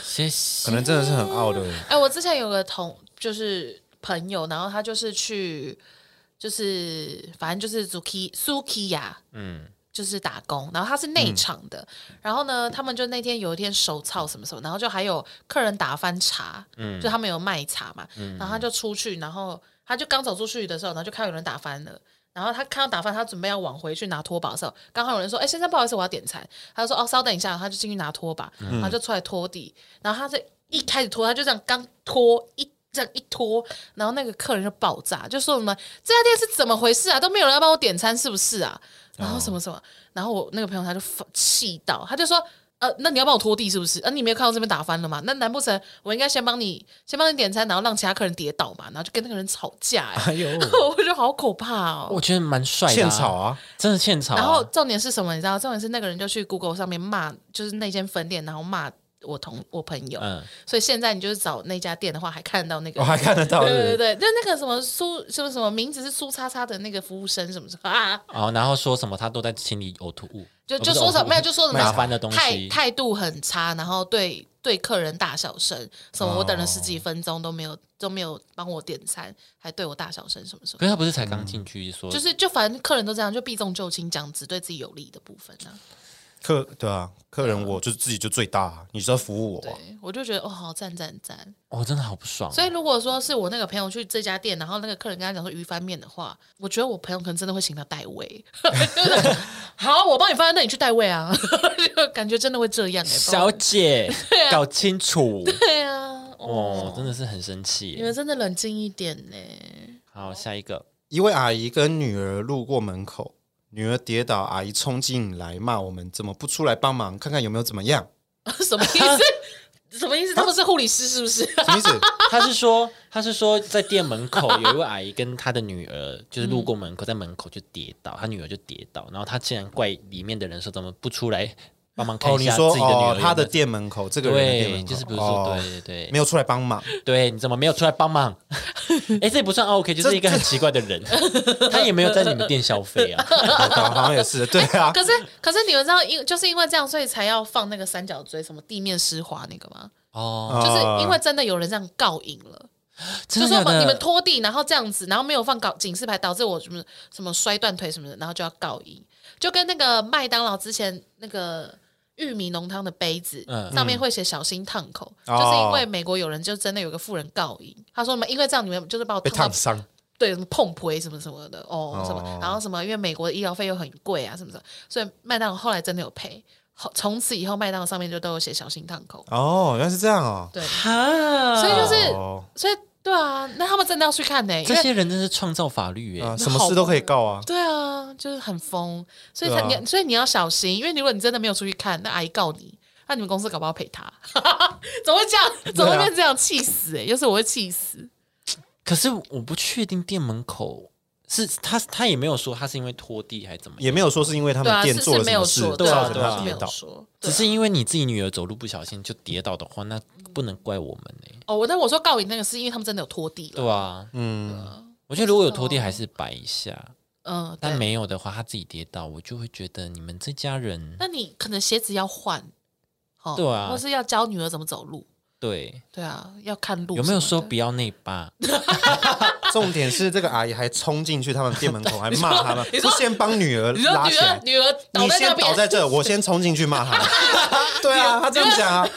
[SPEAKER 1] 谢
[SPEAKER 3] 可
[SPEAKER 1] 谢。
[SPEAKER 3] 能真的是很傲的人，
[SPEAKER 2] 哎，我之前有个同就是朋友，然后他就是去，就是反正就是 Zuki Sukiya，
[SPEAKER 1] 嗯，
[SPEAKER 2] 就是打工，然后他是内场的，然后呢，他们就那天有一天手操什么什么，然后就还有客人打翻茶，就他们有卖茶嘛，然后他就出去，然后他就刚走出去的时候，然后就看到有人打翻了。然后他看到打翻，他准备要往回去拿拖把的时候，刚好有人说：“哎、先生，不好意思，我要点餐。”他就说：“哦，稍等一下。”他就进去拿拖把，
[SPEAKER 3] 嗯
[SPEAKER 2] 然后就出来拖地。然后他这一开始拖，他就这样刚拖一这样一拖，然后那个客人就爆炸，就说什么：“这家店是怎么回事啊？都没有人要帮我点餐，是不是啊？”然后什么什
[SPEAKER 3] 哦
[SPEAKER 2] 么，然后我那个朋友他就发气到，他就说：“呃，那你要帮我拖地是不是？呃，你没有看到这边打翻了吗？那难不成我应该先帮你先帮你点餐，然后让其他客人跌倒嘛？然后就跟那个人吵架、欸，
[SPEAKER 3] 哎呦，
[SPEAKER 2] 我觉得好可怕哦。
[SPEAKER 1] 我觉得蛮帅的、
[SPEAKER 3] 欠吵，啊，
[SPEAKER 1] 真的欠吵、啊。
[SPEAKER 2] 然后重点是什么？你知道，重点是那个人就去 Google 上面骂，就是那间分店，然后骂我同我朋友。
[SPEAKER 1] 嗯，哦
[SPEAKER 2] 所以现在你就是找那家店的话，还看得到那个
[SPEAKER 3] 我哦还看得到
[SPEAKER 2] 对
[SPEAKER 3] 是不
[SPEAKER 2] 对
[SPEAKER 3] 是，
[SPEAKER 2] 对，就那个什么苏什么什么名字是苏叉叉的那个服务生什么 什么啊，
[SPEAKER 1] 哦，然后说什么他都在清理呕吐物，
[SPEAKER 2] 就
[SPEAKER 1] 哦不
[SPEAKER 2] 就是说
[SPEAKER 1] 呕吐
[SPEAKER 2] 什么
[SPEAKER 1] 物
[SPEAKER 2] 没有就 说什么
[SPEAKER 1] 打翻的东
[SPEAKER 2] 态
[SPEAKER 1] 西，
[SPEAKER 2] 态度很差，然后对对客人大小声，什么我
[SPEAKER 1] 哦
[SPEAKER 2] 等了十几分钟都没有都没有帮我点餐，还对我大小声什么什么，
[SPEAKER 1] 可是他不是才刚进去说，
[SPEAKER 2] 就是就反正客人都这样，就避重就轻，讲只对自己有利的部分啊。
[SPEAKER 3] 客对啊，客人我就自己就最大啊，你是要服务我啊，
[SPEAKER 2] 对，我就觉得哦，好赞赞赞。
[SPEAKER 1] 哦，真的好不爽。
[SPEAKER 2] 所以如果说是我那个朋友去这家店，然后那个客人跟他讲说鱼翻面的话，我觉得我朋友可能真的会请他代位， 就是好，我帮你翻，那你去代位啊， 就感觉真的会这样、欸。
[SPEAKER 1] 哎小姐，搞清楚
[SPEAKER 2] 啊对啊，哦
[SPEAKER 1] 哦，真的是很生气
[SPEAKER 2] 你
[SPEAKER 1] 耶。
[SPEAKER 2] 们真的冷静一点呢、
[SPEAKER 1] 好，下一个，
[SPEAKER 3] 一位阿姨跟女儿路过门口，女儿跌倒，阿姨冲进来骂我们怎么不出来帮忙，看看有没有怎么样？
[SPEAKER 2] 什么意思？什么意思？他们是护理师是不是？
[SPEAKER 3] 什么意思？
[SPEAKER 1] 他是说，他是说在店门口有一位阿姨跟她的女儿，就是路过门口，在门口就跌倒，她女儿就跌倒，然后她竟然怪里面的人说怎么不出来帮忙 看
[SPEAKER 3] 哦，
[SPEAKER 1] 一
[SPEAKER 3] 你
[SPEAKER 1] 下自己的
[SPEAKER 3] 说
[SPEAKER 1] 女儿有没有
[SPEAKER 3] 哦，她的店门口，这个人的店
[SPEAKER 1] 对，
[SPEAKER 3] 门口，
[SPEAKER 1] 就是比如说
[SPEAKER 3] 哦
[SPEAKER 1] 对对
[SPEAKER 3] 没
[SPEAKER 1] 对，
[SPEAKER 3] 有出来帮忙，
[SPEAKER 1] 对你怎么没有出来帮 忙？哎，这也不算 OK，就是一个很奇怪的人，他也没有在你们店消费啊。
[SPEAKER 3] 哦好像也是，对啊，
[SPEAKER 2] 可是可是你们知道，因就是因为这样，所以才要放那个三角锥什么地面湿滑那个吗？
[SPEAKER 1] 哦，
[SPEAKER 3] 啊
[SPEAKER 2] 就是因为真的有人这样告赢了，就
[SPEAKER 1] 真
[SPEAKER 2] 是
[SPEAKER 1] 的
[SPEAKER 2] 说
[SPEAKER 1] 假
[SPEAKER 2] 我们你们
[SPEAKER 1] 的？
[SPEAKER 2] 拖地，然后这样子，然后没有放告警示牌，导致我什么什么摔断腿什么的，然后就要告赢，就跟那个麦当劳之前那个。玉米浓汤的杯子、
[SPEAKER 1] 嗯
[SPEAKER 2] 上面会写“小心烫口”，
[SPEAKER 3] 哦
[SPEAKER 2] 就是因为美国有人就真的有个富人告赢，他说什么因为这样你们就是把我
[SPEAKER 3] 被
[SPEAKER 2] 烫到
[SPEAKER 3] 烫伤，
[SPEAKER 2] 对什么碰杯什么什么的哦，
[SPEAKER 3] 哦
[SPEAKER 2] 什么，然后什么，因为美国的医疗费又很贵啊，什么什么，所以麦当劳后来真的有赔。后从此以后，麦当劳上面就都有写小心烫口，
[SPEAKER 3] 哦，原来是这样哦，
[SPEAKER 2] 对，
[SPEAKER 1] 哈，
[SPEAKER 2] 所以就是
[SPEAKER 3] 哦
[SPEAKER 2] 所以对啊，那他们真的要去看呢、因
[SPEAKER 1] 这
[SPEAKER 2] 为
[SPEAKER 1] 些人真是创造法律
[SPEAKER 2] 嗯
[SPEAKER 3] 啊，
[SPEAKER 1] 哎，
[SPEAKER 3] 什么事都可以告啊，
[SPEAKER 2] 对啊，就是很疯，所以
[SPEAKER 3] 对
[SPEAKER 2] 他
[SPEAKER 3] 啊
[SPEAKER 2] 你所以你要小心，因为如果你真的没有出去看，那阿姨告你，那你们公司搞不好赔他， 怎么会这
[SPEAKER 3] 啊
[SPEAKER 2] 样？怎么会变这样？气死哎、欸！要是我会气死，
[SPEAKER 1] 可是我不确定店门口是他，他也没有说他是因为拖地还是怎么样，
[SPEAKER 3] 也没有说是因为他
[SPEAKER 2] 对
[SPEAKER 3] 们
[SPEAKER 2] 啊，
[SPEAKER 3] 店
[SPEAKER 2] 是
[SPEAKER 3] 做
[SPEAKER 2] 是
[SPEAKER 3] 了
[SPEAKER 2] 没
[SPEAKER 3] 什么
[SPEAKER 2] 有
[SPEAKER 3] 事
[SPEAKER 2] 说，对
[SPEAKER 3] 造
[SPEAKER 2] 啊，
[SPEAKER 3] 成
[SPEAKER 2] 对啊，
[SPEAKER 3] 他
[SPEAKER 2] 是没
[SPEAKER 3] 跌
[SPEAKER 2] 有
[SPEAKER 3] 倒，
[SPEAKER 2] 说，对
[SPEAKER 1] 只
[SPEAKER 2] 啊
[SPEAKER 1] 是因为你自己女儿走路不小心就跌倒的话，那不能怪我们哎、
[SPEAKER 2] 哦，我但我说告你那个是因为他们真的有拖地了，
[SPEAKER 1] 对啊，
[SPEAKER 3] 嗯，
[SPEAKER 1] 我觉得如果有拖地还是摆一下，
[SPEAKER 2] 嗯，对
[SPEAKER 1] 但没有的话，她自己跌倒，我就会觉得你们这家人
[SPEAKER 2] 那你可能鞋子要换，哦，
[SPEAKER 1] 对啊
[SPEAKER 2] 或是要教女儿怎么走路，
[SPEAKER 1] 对
[SPEAKER 2] 对啊，要看路。
[SPEAKER 1] 有没有说不？要内八？
[SPEAKER 3] 重点是这个阿姨还冲进去他们店门口，还骂他们，
[SPEAKER 2] 你
[SPEAKER 3] 不
[SPEAKER 2] 说
[SPEAKER 3] 先帮女儿
[SPEAKER 2] 你说
[SPEAKER 3] 拉
[SPEAKER 2] 女
[SPEAKER 3] 起
[SPEAKER 2] 儿
[SPEAKER 3] 来，
[SPEAKER 2] 女儿倒
[SPEAKER 3] 你
[SPEAKER 2] 在那
[SPEAKER 3] 先倒
[SPEAKER 2] 边，
[SPEAKER 3] 在这，我先冲进去骂 他们，对啊，他这样讲啊，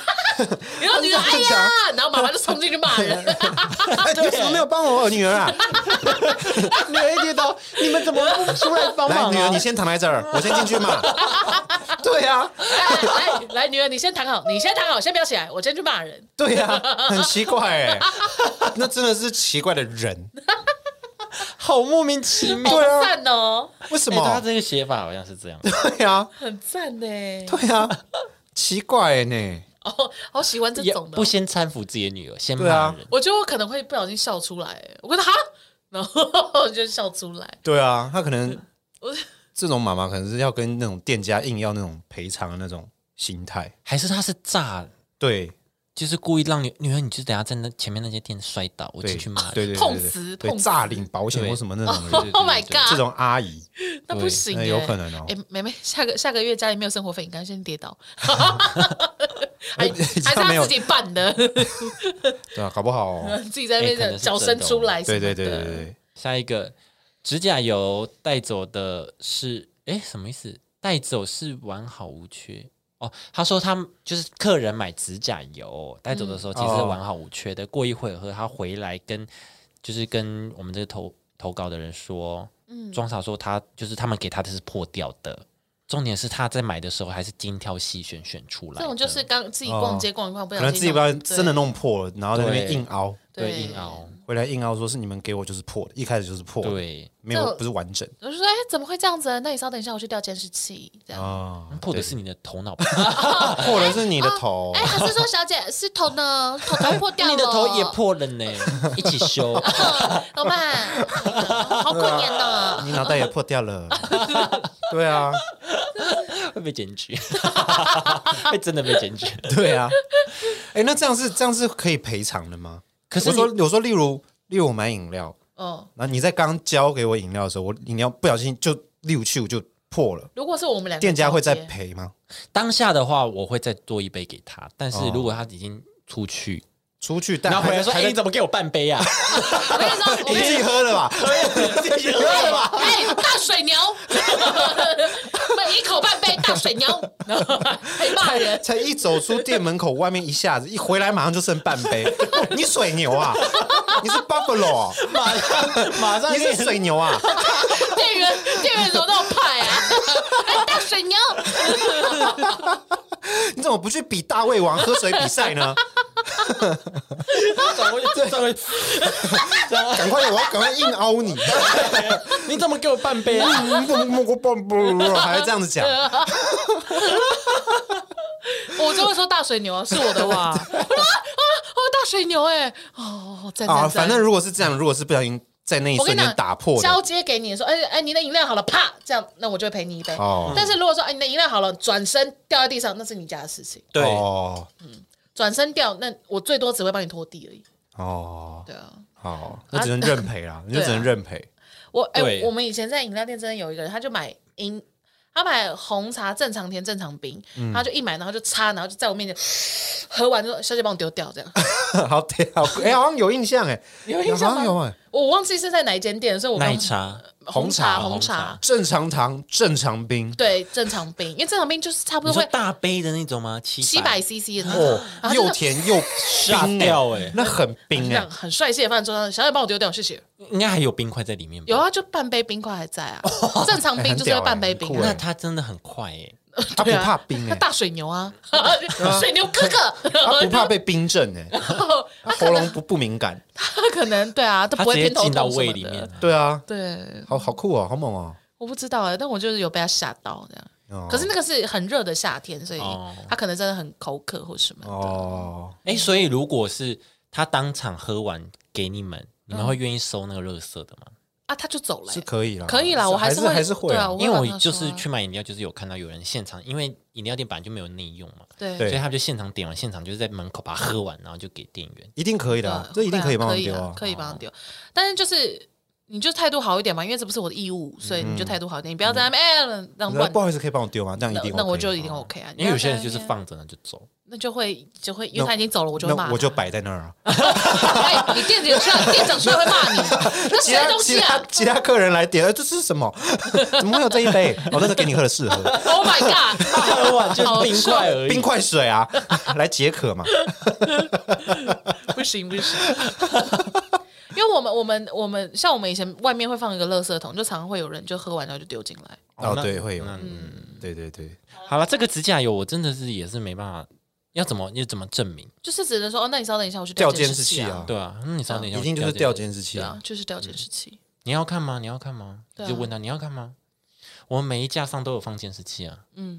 [SPEAKER 2] 你说女 儿哎
[SPEAKER 3] 这样
[SPEAKER 2] 呀，然后妈妈就冲进去骂 人，
[SPEAKER 3] 哎你为什么没有帮我女儿 啊？
[SPEAKER 1] 女儿一跌倒，你们怎么不出来帮
[SPEAKER 3] 来，女儿你先躺在这儿，我先进去骂，啊 对啊，
[SPEAKER 2] 来来来，女儿你先躺好，你先躺好，先不要起来，我先去骂人。
[SPEAKER 3] 对啊，很奇怪哎、 那真的是奇怪的人，
[SPEAKER 1] 好莫名其妙。
[SPEAKER 3] 对
[SPEAKER 2] 好
[SPEAKER 3] 啊，
[SPEAKER 2] 赞哦，
[SPEAKER 3] 为什
[SPEAKER 1] 哎他
[SPEAKER 3] 么？
[SPEAKER 1] 这个写法好像是 这样，
[SPEAKER 3] 对啊，
[SPEAKER 2] 很赞呢。
[SPEAKER 3] 对啊，奇怪欸呢、
[SPEAKER 2] 哦，好喜欢这
[SPEAKER 1] 也
[SPEAKER 2] 种的
[SPEAKER 1] 不。先搀扶自己的女儿，先
[SPEAKER 3] 啊对啊
[SPEAKER 1] 骂人。
[SPEAKER 2] 我觉得我可能会不小心笑出来，我觉得哈，然后就笑出来。
[SPEAKER 3] 对啊，他可能
[SPEAKER 2] 我
[SPEAKER 3] 这种妈妈可能是要跟那种店家硬要那种赔偿的那种心态，
[SPEAKER 1] 还是他是炸
[SPEAKER 3] 对，
[SPEAKER 1] 就是故意让女女儿，你就等下在那前面那些店摔倒，我进去骂。
[SPEAKER 3] 对对对
[SPEAKER 2] 碰
[SPEAKER 3] 对
[SPEAKER 2] 瓷
[SPEAKER 3] 对
[SPEAKER 2] 碰瓷
[SPEAKER 3] 诈领保险或什么那种人，
[SPEAKER 2] Oh my
[SPEAKER 1] 对
[SPEAKER 2] god！
[SPEAKER 3] 这种阿姨，
[SPEAKER 2] 那不行、
[SPEAKER 3] 那
[SPEAKER 2] 欸，
[SPEAKER 3] 有可能哦
[SPEAKER 2] 哎、妹妹，下个下个月家里没有生活费，你刚先跌 倒，哎还还是
[SPEAKER 3] 这哎样
[SPEAKER 2] 他
[SPEAKER 3] 没有
[SPEAKER 2] 自己办 的，
[SPEAKER 3] 对啊，搞不好哦，
[SPEAKER 2] 自己在那
[SPEAKER 1] 哎可
[SPEAKER 2] 边
[SPEAKER 1] 能是
[SPEAKER 2] 脚伸出来什
[SPEAKER 3] 对
[SPEAKER 2] 么的、
[SPEAKER 3] 哦对对对对，
[SPEAKER 1] 下一个指甲油带走的是，哎，什么意思？带走是完好无缺哦。他说他们就是客人买指甲油带走的
[SPEAKER 2] 嗯
[SPEAKER 1] 时候，其实是完好无缺的。
[SPEAKER 2] 哦
[SPEAKER 1] 过一会儿和他回来跟就是跟我们这个投投稿的人说，嗯，庄嫂说他就是他们给他的是破掉的。重点是他在买的时候还是精挑细选选出来的，
[SPEAKER 2] 这种就是刚自己逛街逛一逛，不
[SPEAKER 3] 哦可
[SPEAKER 2] 小
[SPEAKER 3] 能
[SPEAKER 2] 心
[SPEAKER 3] 自己不
[SPEAKER 2] 弄
[SPEAKER 3] 然真的弄破了，然后在那边
[SPEAKER 1] 对
[SPEAKER 3] 硬凹，
[SPEAKER 1] 对
[SPEAKER 2] 对
[SPEAKER 1] 硬凹，
[SPEAKER 3] 回来硬凹说是你们给我就是破的，一开始就是破的，
[SPEAKER 1] 对
[SPEAKER 3] 没
[SPEAKER 2] 这
[SPEAKER 3] 有
[SPEAKER 2] 种
[SPEAKER 3] 不是完整
[SPEAKER 2] 我就说，哎、怎么会这样子？那你稍等一下，我去调监视器。这样，
[SPEAKER 3] 啊，
[SPEAKER 1] 破的
[SPEAKER 3] 对
[SPEAKER 1] 是你的头 脑吧，
[SPEAKER 3] 破的是你的头
[SPEAKER 2] 哎、，还是说小姐是头呢？头头破掉 了，
[SPEAKER 1] 你的头也，破了呢，一起修。
[SPEAKER 2] 老板，好可怜呐、
[SPEAKER 3] 你脑袋也破 掉了，对啊，
[SPEAKER 1] 会被检举，会真的被检举。
[SPEAKER 3] 对啊，哎，那这样是这样是可以赔偿的吗？
[SPEAKER 1] 可是
[SPEAKER 3] 我
[SPEAKER 1] 你
[SPEAKER 3] 说我说，例如例如我买饮料，
[SPEAKER 2] 哦，
[SPEAKER 3] 然后你在刚交给我饮料的时候，我饮料不小心就溜去我就破了，
[SPEAKER 2] 如果是我们两个
[SPEAKER 3] 店家会再
[SPEAKER 2] 交接
[SPEAKER 3] 赔吗？
[SPEAKER 1] 当下的话，我会再做一杯给他，但是
[SPEAKER 3] 哦
[SPEAKER 1] 如果他已经出去，
[SPEAKER 3] 出去，但
[SPEAKER 1] 然后回来说：“
[SPEAKER 3] 还
[SPEAKER 1] 哎，
[SPEAKER 3] 在
[SPEAKER 1] 你怎么给哎我半杯啊
[SPEAKER 2] 我跟你说，我
[SPEAKER 3] 你
[SPEAKER 2] 跟
[SPEAKER 3] 自
[SPEAKER 2] 你
[SPEAKER 3] 己喝了吧？
[SPEAKER 2] 说，哎、大水牛， 每一口半杯大水牛，然后还骂人，
[SPEAKER 3] 才一走出店门口，外面一下子一回来，马上就剩半 杯。你水牛啊？你是 buffalo？、啊、？”
[SPEAKER 1] 马上马上
[SPEAKER 3] 你是水牛啊？
[SPEAKER 2] 店员店员怎么那么派啊？哎、大水牛，
[SPEAKER 3] 你怎么不去比大胃王喝水比赛 呢？
[SPEAKER 1] 转过去，转过去，
[SPEAKER 3] 赶快，我要赶快硬凹你！
[SPEAKER 1] 你怎么给我半杯啊？
[SPEAKER 3] 嗯不不不不不不， 还会这样子讲？
[SPEAKER 2] 我就会说大水牛啊，是我的话，啊啊哦大水牛哎、哦赞
[SPEAKER 3] 啊，
[SPEAKER 2] 赞
[SPEAKER 3] 反
[SPEAKER 2] 赞
[SPEAKER 3] 正。如果是这样，如果是不小心在那一
[SPEAKER 2] 我跟
[SPEAKER 3] 瞬
[SPEAKER 2] 你
[SPEAKER 3] 间
[SPEAKER 2] 讲，
[SPEAKER 3] 打破
[SPEAKER 2] 交
[SPEAKER 3] 的，
[SPEAKER 2] 接给你说，哎、哎、你的饮料好了，啪，这样，那我就会赔你一杯。
[SPEAKER 3] 哦
[SPEAKER 2] 但是如果说，哎、你的饮料好了，转身掉在地上，那是你家的事情。
[SPEAKER 1] 对
[SPEAKER 3] 哦
[SPEAKER 2] 转身掉，那我最多只会帮你拖地而已。
[SPEAKER 3] 哦，
[SPEAKER 2] 对啊，
[SPEAKER 3] 好，那只能认赔啦，你就
[SPEAKER 2] 对啊
[SPEAKER 3] 只能认赔。
[SPEAKER 2] 我哎、
[SPEAKER 1] 对
[SPEAKER 2] 我们以前在饮料店真的有一个人，他就买饮，他买红茶正常甜正常冰，他就一买，然后就擦，然后就在我面前喝完就说：“小姐帮我丢掉。”这样，
[SPEAKER 3] 好屌！哎，好像有印象哎，
[SPEAKER 2] 有印象
[SPEAKER 3] 好
[SPEAKER 2] 吗
[SPEAKER 3] 像有哎。
[SPEAKER 2] 我忘记是在哪一间店，所以我刚
[SPEAKER 1] 奶茶，
[SPEAKER 2] 红
[SPEAKER 1] 红茶
[SPEAKER 2] 茶红
[SPEAKER 1] 红
[SPEAKER 2] 茶，
[SPEAKER 3] 正常糖，正常冰，
[SPEAKER 2] 对啊正常冰，因为正常冰就是差不
[SPEAKER 1] 你
[SPEAKER 2] 多
[SPEAKER 1] 说
[SPEAKER 2] 会
[SPEAKER 1] 大杯的那种吗？七
[SPEAKER 2] 七百 CC 的那种
[SPEAKER 3] 哦，
[SPEAKER 2] 然后真
[SPEAKER 3] 又
[SPEAKER 2] 的
[SPEAKER 3] 甜又
[SPEAKER 1] 吓
[SPEAKER 3] 冰
[SPEAKER 1] 掉
[SPEAKER 3] 哎、
[SPEAKER 1] 欸
[SPEAKER 3] 那很冰
[SPEAKER 2] 啊这
[SPEAKER 3] 哎、
[SPEAKER 2] 样很帅气的放在桌上，小姐帮我丢掉，谢谢。
[SPEAKER 1] 应该还有冰块在里面吧？
[SPEAKER 2] 有啊，就半杯冰块还在 啊，正常冰就是会半杯冰
[SPEAKER 3] 很屌欸
[SPEAKER 1] 那
[SPEAKER 2] 啊
[SPEAKER 3] 很酷。
[SPEAKER 1] 他真的很快诶，
[SPEAKER 3] 他不
[SPEAKER 2] 对啊
[SPEAKER 3] 怕冰
[SPEAKER 2] 他
[SPEAKER 3] 哎、
[SPEAKER 2] 大水牛 啊，水牛哥
[SPEAKER 3] 他不
[SPEAKER 2] 哥，
[SPEAKER 3] 怕被冰镇哎、
[SPEAKER 2] 哦
[SPEAKER 3] 他喉咙不不敏感。
[SPEAKER 2] 他可能对啊，他
[SPEAKER 1] 他
[SPEAKER 2] 不
[SPEAKER 1] 直
[SPEAKER 2] 会
[SPEAKER 1] 接
[SPEAKER 2] 偏头
[SPEAKER 1] 进到
[SPEAKER 2] 痛什
[SPEAKER 1] 胃
[SPEAKER 2] 么
[SPEAKER 1] 里面
[SPEAKER 2] 的。
[SPEAKER 1] 了。
[SPEAKER 3] 对啊，
[SPEAKER 2] 对，
[SPEAKER 3] 好好酷哦，好猛哦。
[SPEAKER 2] 我不知道哎、但我就是有被他吓到这样。
[SPEAKER 3] 哦
[SPEAKER 2] 可是那个是很热的夏天，所以
[SPEAKER 1] 哦
[SPEAKER 2] 他可能真的很口渴或什么的。
[SPEAKER 3] 哦，
[SPEAKER 1] 哎，所以如果是他当场喝完给你们，你们会愿意收那个垃圾的吗？
[SPEAKER 2] 啊，他就走了、
[SPEAKER 3] 哦是
[SPEAKER 2] 欸。
[SPEAKER 3] 可以啦，
[SPEAKER 2] 可以啦，
[SPEAKER 3] 是
[SPEAKER 2] 我
[SPEAKER 3] 还
[SPEAKER 2] 是
[SPEAKER 3] 还
[SPEAKER 2] 会
[SPEAKER 3] 是会
[SPEAKER 2] 对
[SPEAKER 3] 啊
[SPEAKER 2] 啊，我会
[SPEAKER 1] 因为
[SPEAKER 2] 跟他
[SPEAKER 1] 我
[SPEAKER 2] 说
[SPEAKER 1] 就
[SPEAKER 2] 啊
[SPEAKER 1] 是去买饮料，就是有看到有人现场，因为饮料店本来就没有内用嘛，
[SPEAKER 2] 对
[SPEAKER 1] 所以
[SPEAKER 3] 对
[SPEAKER 1] 他们就现场点完，现场就是在门口把它喝完，然后就给店员。
[SPEAKER 3] 一定可以的啊、
[SPEAKER 2] 对
[SPEAKER 3] 这一定
[SPEAKER 2] 会啊
[SPEAKER 3] 可以帮忙
[SPEAKER 2] 可以
[SPEAKER 3] 丢
[SPEAKER 2] 啦
[SPEAKER 3] 啊。
[SPEAKER 2] 可以帮他丢。但是就是你就态度好一点嘛，因为这不是我的义务，所以你就
[SPEAKER 3] 嗯
[SPEAKER 2] 态度好一点，你不要在那边哎让
[SPEAKER 3] 那
[SPEAKER 2] 乱
[SPEAKER 3] 不。好意思，可以帮我丢吗？这样一
[SPEAKER 2] 那
[SPEAKER 3] 定 OK 嗯哦
[SPEAKER 2] 那我就一定 OK 啊，你不
[SPEAKER 1] 因
[SPEAKER 2] 要
[SPEAKER 1] 为有些人
[SPEAKER 2] 在
[SPEAKER 1] 就是
[SPEAKER 2] 那边，
[SPEAKER 1] 放着呢就走，
[SPEAKER 2] 那就会就会，因
[SPEAKER 3] 那
[SPEAKER 2] 为他已经走了，我就会骂
[SPEAKER 3] 那
[SPEAKER 2] 他。
[SPEAKER 3] 我就摆在那儿 啊。
[SPEAKER 2] 哎，你店长出来，店长出啊来会骂 你，那
[SPEAKER 3] 其
[SPEAKER 2] 谁的
[SPEAKER 3] 他
[SPEAKER 2] 东
[SPEAKER 3] 其
[SPEAKER 2] 西
[SPEAKER 3] 他
[SPEAKER 2] 啊
[SPEAKER 3] 其他客人来点，呃这是什么？ 怎么会有这一杯？哦，那是给你喝的适合
[SPEAKER 2] ？Oh my god！
[SPEAKER 1] 喝完
[SPEAKER 2] 好
[SPEAKER 1] 就是冰块而已。
[SPEAKER 3] 冰块水啊， 来解渴嘛。
[SPEAKER 2] 不行不行，因为我们我们我们像我们以前外面会放一个垃圾桶，就常常会有人就喝完然后就丢进来。
[SPEAKER 1] 哦
[SPEAKER 3] 哦，
[SPEAKER 1] 那
[SPEAKER 3] 对，会有，嗯，对对对，
[SPEAKER 1] 好了，这个指甲油我真的是也是没办法，要怎么要怎么证明？
[SPEAKER 2] 就是只能说哦，那你稍等一下，我去
[SPEAKER 3] 掉
[SPEAKER 2] 监
[SPEAKER 3] 监视器
[SPEAKER 2] 器
[SPEAKER 3] 啊，
[SPEAKER 1] 对啊，那你稍等一下，
[SPEAKER 3] 一定就是掉。监视器
[SPEAKER 2] 对
[SPEAKER 3] 啊
[SPEAKER 2] 啊，。就是掉监视器。
[SPEAKER 1] 你要看吗？你要看吗？
[SPEAKER 2] 对啊
[SPEAKER 1] 就问他你要看吗？我们每一架上都有放监视器啊。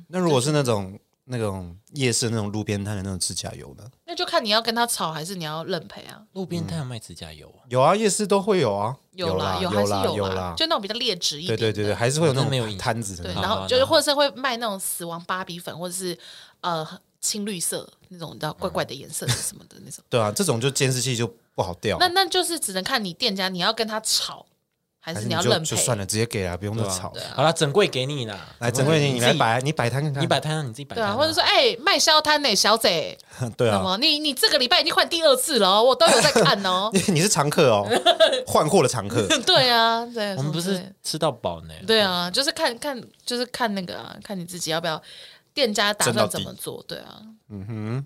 [SPEAKER 3] 那如果是那种那种夜市那种路边摊的那种指甲油呢？
[SPEAKER 2] 那就看你要跟他吵还是你要认赔啊？
[SPEAKER 1] 路边摊有卖指甲油啊，
[SPEAKER 3] 有啊，夜市都会有啊，
[SPEAKER 2] 啦
[SPEAKER 3] 啦，
[SPEAKER 2] 还
[SPEAKER 3] 啦，
[SPEAKER 2] 是
[SPEAKER 3] 有
[SPEAKER 2] 啦，就那种比较劣质一
[SPEAKER 3] 对
[SPEAKER 2] 点。
[SPEAKER 3] 对对对，。还是会有那
[SPEAKER 1] 我真的没有印
[SPEAKER 3] 种
[SPEAKER 1] 象
[SPEAKER 3] 摊子的
[SPEAKER 2] 对，
[SPEAKER 3] 那种。
[SPEAKER 2] 然后就是或者是会卖那种死亡芭比粉，或者是呃青绿色那种，你知道怪怪的颜色什么的那种。
[SPEAKER 3] 对啊，这种就监视器就不好调，
[SPEAKER 2] 那那就是只能看你店家，你要跟他吵，还
[SPEAKER 3] 还
[SPEAKER 2] 是
[SPEAKER 3] 是
[SPEAKER 2] 你
[SPEAKER 3] 你
[SPEAKER 2] 要
[SPEAKER 3] 就
[SPEAKER 2] 认
[SPEAKER 3] 就
[SPEAKER 2] 赔？
[SPEAKER 3] 算了，直接给啊，不用再
[SPEAKER 1] 对啊
[SPEAKER 3] 吵。
[SPEAKER 1] 好了，整柜给你啦，
[SPEAKER 3] 来，整个你你来
[SPEAKER 1] 自己，
[SPEAKER 3] 摆，你摆摊看看，
[SPEAKER 1] 你摆摊啊，你自己摆
[SPEAKER 2] 对
[SPEAKER 1] 摊啊，
[SPEAKER 2] 啊，或者说，哎、卖销摊呢，小姐，
[SPEAKER 3] 对
[SPEAKER 2] 什
[SPEAKER 3] 啊，。
[SPEAKER 2] 么？你你这个礼拜已经换第二次了哦，我都有在看哦
[SPEAKER 3] 你你是常客哦，换货的常客。
[SPEAKER 2] 对啊，对，
[SPEAKER 1] 我们不
[SPEAKER 2] 什么之类
[SPEAKER 1] 是吃到饱呢，
[SPEAKER 2] 的对啊，就是看看，就是看那个啊，看你自己要不要，店家打
[SPEAKER 3] 挣到
[SPEAKER 2] 算怎
[SPEAKER 3] 底
[SPEAKER 2] 么做？对啊，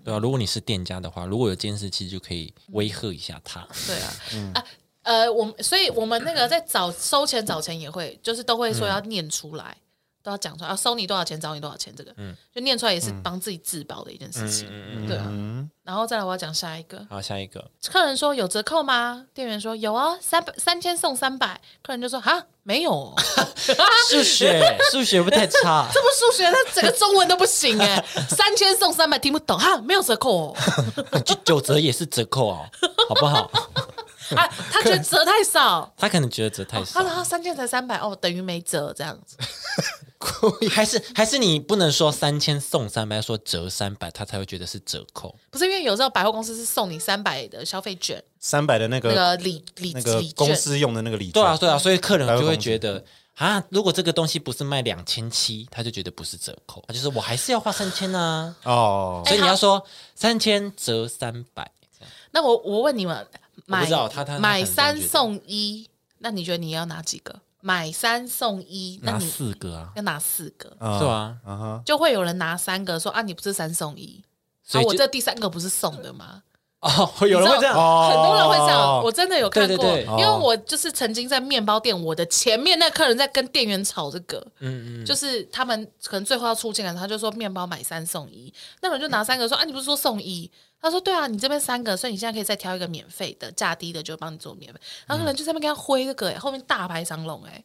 [SPEAKER 1] 对啊，如果你是店家的话，如果有监视器就可以威吓一下 他。
[SPEAKER 2] 对啊，啊，呃，我们所以我们那个在找收钱找钱也会，就是都会说要念出来，都要讲出来，要啊收你多少钱，找你多少钱，这个，就念出来也是帮自己自保的一件事情，对
[SPEAKER 3] 嗯
[SPEAKER 2] 啊。然后再来，我要讲下一个，
[SPEAKER 1] 好，下一个，
[SPEAKER 2] 客人说有折扣吗？店员说有啊，三百三千送三百，客人就说啊没有、哦，
[SPEAKER 1] 数学，数学不太差，
[SPEAKER 2] 这不数学，他整个中文都不行哎、三千送三百听不懂哈，没有折扣哦，
[SPEAKER 1] 九九折也是折扣哦，好不好？
[SPEAKER 2] 啊，他觉得折太少。
[SPEAKER 1] 他可能觉得折太
[SPEAKER 2] 他
[SPEAKER 1] 少
[SPEAKER 2] 说，他三千才三百哦，等于没折这样子。
[SPEAKER 1] 还是还是你不能说三千送三百，要说折三百，他才会觉得是折扣。
[SPEAKER 2] 不是因为有时候百货公司是送你三百的消费券，
[SPEAKER 3] 三百的那
[SPEAKER 2] 那
[SPEAKER 3] 个
[SPEAKER 2] 个礼礼
[SPEAKER 3] 那个
[SPEAKER 2] 礼
[SPEAKER 3] 公
[SPEAKER 2] 券，
[SPEAKER 3] 司用的那个礼券，
[SPEAKER 1] 对啊，对啊，所以客人
[SPEAKER 3] 百货
[SPEAKER 1] 就会
[SPEAKER 3] 公司
[SPEAKER 1] 觉得啊，如果这个东西不是卖两千七，他就觉得不是折扣，他就是我还是要花三千啊。
[SPEAKER 3] 哦，
[SPEAKER 1] 所以你要说三千折三百，这样
[SPEAKER 2] 那我我问你们，买
[SPEAKER 1] 不知道他他他
[SPEAKER 2] 买
[SPEAKER 1] 可能这样
[SPEAKER 2] 三
[SPEAKER 1] 觉得
[SPEAKER 2] 送一，那你觉得你要哪几个？买三送一，那
[SPEAKER 1] 拿
[SPEAKER 2] 你
[SPEAKER 1] 四个啊，
[SPEAKER 2] 要拿四个，
[SPEAKER 3] 啊
[SPEAKER 1] 是吧？
[SPEAKER 3] 啊哈，
[SPEAKER 2] 就会有人拿三个说啊，你不是三送一，
[SPEAKER 1] 所以
[SPEAKER 2] 啊、我
[SPEAKER 1] 就
[SPEAKER 2] 这第三个不是送的吗？
[SPEAKER 1] 哦，有人会这样，
[SPEAKER 3] 哦
[SPEAKER 2] 很多人会这样，我真的有看
[SPEAKER 1] 对
[SPEAKER 2] 过，
[SPEAKER 1] 对哦对
[SPEAKER 2] 因为我就是曾经在面包店，我的前面那客人在跟店员吵这个，
[SPEAKER 1] 嗯嗯，
[SPEAKER 2] 就是他们可能最后要出镜了，他就说面包买三送一，那我就拿三个说、啊，你不是说送一？他说对啊，你这边三个，所以你现在可以再挑一个免费的，价低的就帮你做免费。
[SPEAKER 1] 嗯
[SPEAKER 2] 然后可能就在那边跟他挥这个、欸，后面大排长龙哎、欸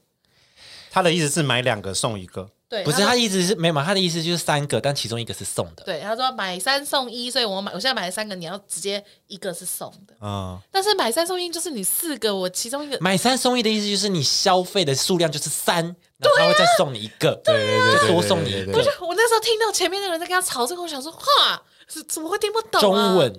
[SPEAKER 3] 他的意思是买两个送一个，
[SPEAKER 2] 对，
[SPEAKER 1] 不是
[SPEAKER 2] 他
[SPEAKER 1] 他
[SPEAKER 2] 说。
[SPEAKER 1] 一直是没有嘛，他的意思就是三个，但其中一个是送的，
[SPEAKER 2] 对，他说买三送一，所以我买我现在买了三个，你要直接一个是送的，
[SPEAKER 3] 嗯，
[SPEAKER 2] 但是买三送一就是你四个，我其中一个
[SPEAKER 1] 买三送一的意思就是你消费的数量就是三，然后他会再送你一个，
[SPEAKER 3] 对对对
[SPEAKER 1] 就
[SPEAKER 3] 对，
[SPEAKER 1] 多送你一
[SPEAKER 3] 对
[SPEAKER 1] 个
[SPEAKER 2] 不是，我那时候听到前面的人在跟他吵这个，我想说，哇，是怎么会听不懂、啊、
[SPEAKER 1] 中文，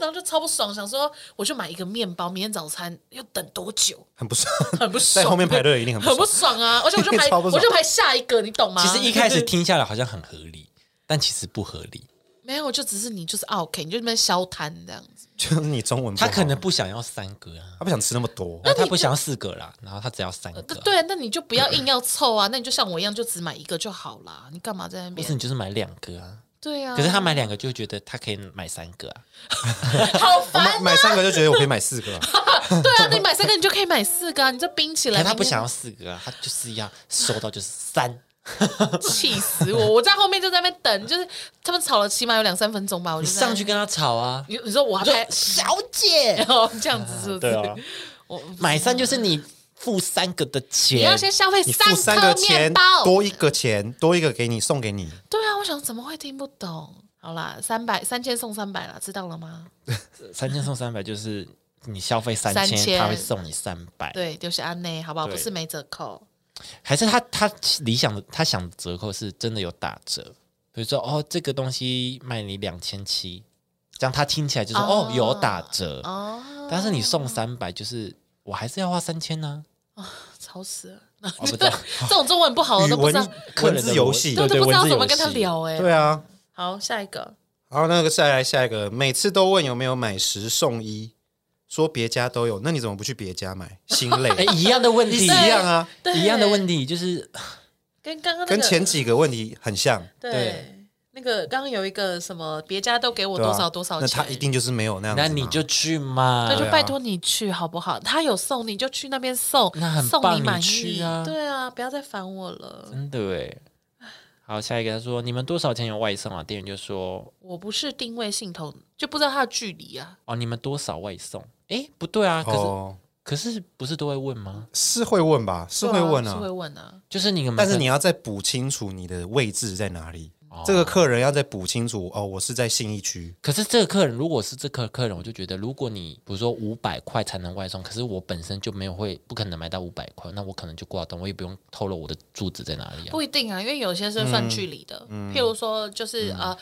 [SPEAKER 2] 然后就超不爽，想说我就买一个面包，明天早餐要等多久？
[SPEAKER 3] 很不爽，
[SPEAKER 2] 很不爽，
[SPEAKER 3] 在后面排队一定很
[SPEAKER 2] 很
[SPEAKER 3] 不
[SPEAKER 2] 不
[SPEAKER 3] 爽，
[SPEAKER 2] 爽啊！而且我就 排，
[SPEAKER 3] 超不
[SPEAKER 2] 我
[SPEAKER 3] 爽
[SPEAKER 2] 就排下一个，你懂吗？
[SPEAKER 1] 其
[SPEAKER 3] 啊
[SPEAKER 1] 实一开始听下来好像很合理，但其实不合理。
[SPEAKER 2] 没有，就只是你就是啊 OK，你就在那边消摊这样子。
[SPEAKER 3] 就是你中文不
[SPEAKER 1] 他
[SPEAKER 3] 好
[SPEAKER 1] 可能不想要三个啊，
[SPEAKER 3] 他不想吃那么呃多，
[SPEAKER 1] 然后他不想要四个啦，然后他只要三个
[SPEAKER 2] 对
[SPEAKER 1] 啊，
[SPEAKER 2] 对啊，那你就不要硬要凑啊，那你就像我一样，就只买一个就好啦。你干嘛在那
[SPEAKER 1] 不是
[SPEAKER 2] 边？
[SPEAKER 1] 你就是买两个啊。
[SPEAKER 2] 对啊，
[SPEAKER 1] 可是他买两个就觉得他可以买三个啊，
[SPEAKER 2] 好
[SPEAKER 3] 我
[SPEAKER 2] 烦
[SPEAKER 3] 买
[SPEAKER 2] 啊！
[SPEAKER 3] 买三个就觉得我可以买四个啊，
[SPEAKER 2] 对啊，你买三个你就可以买四个啊，你这冰起
[SPEAKER 1] 可
[SPEAKER 2] 来
[SPEAKER 1] 是他不想要四个啊，他就是要收到就是
[SPEAKER 3] 啊
[SPEAKER 1] 三。
[SPEAKER 2] 气死我！我在后面就在那边等，就是他们吵了起码有两三分钟吧，我
[SPEAKER 1] 你
[SPEAKER 2] 就在那
[SPEAKER 1] 上去跟他吵啊，
[SPEAKER 2] 你你说我还
[SPEAKER 1] 就
[SPEAKER 2] 拍
[SPEAKER 1] 小姐
[SPEAKER 2] 然后这样子是不是？
[SPEAKER 3] 对 啊，
[SPEAKER 2] 我
[SPEAKER 1] 买三就是你付三个的钱，
[SPEAKER 2] 你要先消费
[SPEAKER 3] 你付三
[SPEAKER 2] 颗
[SPEAKER 3] 个
[SPEAKER 2] 面
[SPEAKER 3] 钱
[SPEAKER 2] 包，
[SPEAKER 3] 多一个钱多一个给你送给你，
[SPEAKER 2] 对啊，我想怎么会听不懂？好啦，三百三千送三百啦，知道了吗？
[SPEAKER 1] 三千送三百，就是你消费三
[SPEAKER 2] 三千
[SPEAKER 1] 千，他会送你三百。
[SPEAKER 2] 对，就是安内，好不好？
[SPEAKER 1] 对
[SPEAKER 2] 不是没折扣，
[SPEAKER 1] 还是他他理想的他想的折扣是真的有打折，比如说哦这个东西卖你两千七，这样他听起来就是
[SPEAKER 2] 哦
[SPEAKER 1] 哦有打折，
[SPEAKER 2] 哦，
[SPEAKER 1] 但是你送三百就是。我还是要花三千呢，
[SPEAKER 2] 吵死了。
[SPEAKER 1] 不知道
[SPEAKER 2] 这种中文不好，我
[SPEAKER 3] 语
[SPEAKER 2] 哦都不知
[SPEAKER 3] 文
[SPEAKER 2] 道，
[SPEAKER 1] 客人
[SPEAKER 3] 文
[SPEAKER 1] 的
[SPEAKER 3] 字
[SPEAKER 1] 逻
[SPEAKER 3] 游戏，
[SPEAKER 2] 对，
[SPEAKER 1] 对
[SPEAKER 2] 我都不知道怎么跟他
[SPEAKER 1] 文字游戏
[SPEAKER 2] 聊哎。
[SPEAKER 3] 对啊，
[SPEAKER 2] 好，下一个，
[SPEAKER 3] 然后那个再来下一个，每次都问有没有买十送一，说别家都有，那你怎么不去别家买？心
[SPEAKER 1] 哎，
[SPEAKER 3] 累，
[SPEAKER 1] 一样的问
[SPEAKER 3] 一
[SPEAKER 1] 题，
[SPEAKER 3] 样啊，
[SPEAKER 2] 对
[SPEAKER 1] 一样的问题，就是
[SPEAKER 2] 跟刚刚那
[SPEAKER 3] 跟
[SPEAKER 2] 个
[SPEAKER 3] 前几个问题很像，
[SPEAKER 2] 对
[SPEAKER 1] 对。
[SPEAKER 2] 那个刚刚有一个什么，别家都给我
[SPEAKER 3] 对
[SPEAKER 2] 多
[SPEAKER 3] 吧？
[SPEAKER 2] 少多少
[SPEAKER 3] 那
[SPEAKER 2] 钱，
[SPEAKER 3] 他一定就是没有那样子
[SPEAKER 1] 那
[SPEAKER 3] 嘛，
[SPEAKER 1] 你就去嘛
[SPEAKER 2] 那，就
[SPEAKER 3] 对啊
[SPEAKER 2] 拜托你去好不好？他有送你就去那边送，
[SPEAKER 1] 那很
[SPEAKER 2] 送
[SPEAKER 1] 棒
[SPEAKER 2] 你
[SPEAKER 1] 你
[SPEAKER 2] 满意
[SPEAKER 1] 去啊
[SPEAKER 2] 对啊，不要再烦我了。
[SPEAKER 1] 真的哎。好，下一个他说你们多少钱有外送啊？店员就说
[SPEAKER 2] 我不是定位系统，就不知道它的距离啊。
[SPEAKER 1] 哦，你们多少外送？哎，不对啊，可是、
[SPEAKER 3] 哦，
[SPEAKER 1] 可是不是都会问吗？
[SPEAKER 3] 是会问吧？是会问
[SPEAKER 2] 对是会
[SPEAKER 3] 啊，
[SPEAKER 2] 问啊。
[SPEAKER 1] 就是你们，
[SPEAKER 3] 但是你要再补清楚你的位置在哪里。
[SPEAKER 1] 哦
[SPEAKER 3] 这个客人要再补清楚哦，我是在信义区，
[SPEAKER 1] 可是这个客人如果是这个客人，我就觉得，如果你比如说五百块才能外送，可是我本身就没有会不可能买到五百块，那我可能就挂断，我也不用透露我的住址在哪里啊。
[SPEAKER 3] 嗯
[SPEAKER 2] 不一定啊，因为有些是算距离的，譬如说就是、呃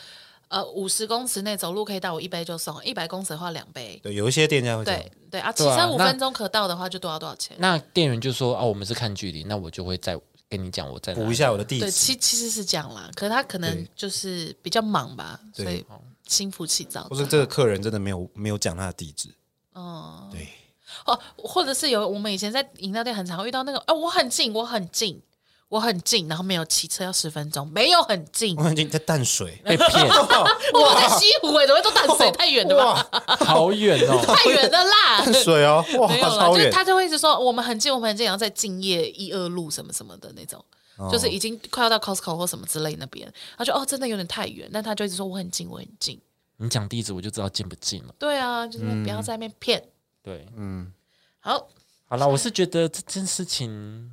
[SPEAKER 2] 呃五十公尺内走路可以到，我一杯就送；一百公尺的话两杯。
[SPEAKER 3] 对，有一些店家会这样
[SPEAKER 2] 对。对啊，骑
[SPEAKER 1] 对啊
[SPEAKER 2] 车五
[SPEAKER 1] 那
[SPEAKER 2] 分钟可到的话就多少多少钱？
[SPEAKER 1] 那店员就说：“哦，我们是看距离，那我就会再跟你讲我在哪
[SPEAKER 3] 补一下我的地
[SPEAKER 1] 嗯
[SPEAKER 2] 对，
[SPEAKER 3] 址，
[SPEAKER 2] 其其实是这样啦，可他可能
[SPEAKER 3] 对
[SPEAKER 2] 就是比较忙吧，
[SPEAKER 3] 对
[SPEAKER 2] 所以心浮气躁
[SPEAKER 3] 或。是这个客人真的没有没有讲他的地址，
[SPEAKER 2] 哦
[SPEAKER 3] 对，
[SPEAKER 2] 哦，或者是有我们以前在饮料店很常遇到那个，啊，我很近，我很近，我很近，然后没有骑车要十分钟，没有很 近
[SPEAKER 3] 我。看见在淡 水，
[SPEAKER 1] 被骗，
[SPEAKER 2] 我在西湖哎、怎么会都淡水？太远了吧？
[SPEAKER 3] 哇，
[SPEAKER 1] 好远哦。
[SPEAKER 2] 太远了啦！
[SPEAKER 3] 淡水哦，哇
[SPEAKER 2] 没有，啦，
[SPEAKER 3] 超
[SPEAKER 2] 就是
[SPEAKER 3] 远，
[SPEAKER 2] 他就会一直说我们很近，我们很近，然后在敬业一二路什么什么的那种，
[SPEAKER 1] 哦
[SPEAKER 2] 就是已经快要到 Costco 或什么之类那边，他就哦真的有点太远，但他就一直说我很近，我很近。
[SPEAKER 1] 你讲地址我就知道近不近了。
[SPEAKER 2] 对啊，就是不
[SPEAKER 1] 嗯
[SPEAKER 2] 要在那边骗。
[SPEAKER 1] 对，
[SPEAKER 3] 嗯
[SPEAKER 2] 好，
[SPEAKER 1] 好了，我是觉得这件事情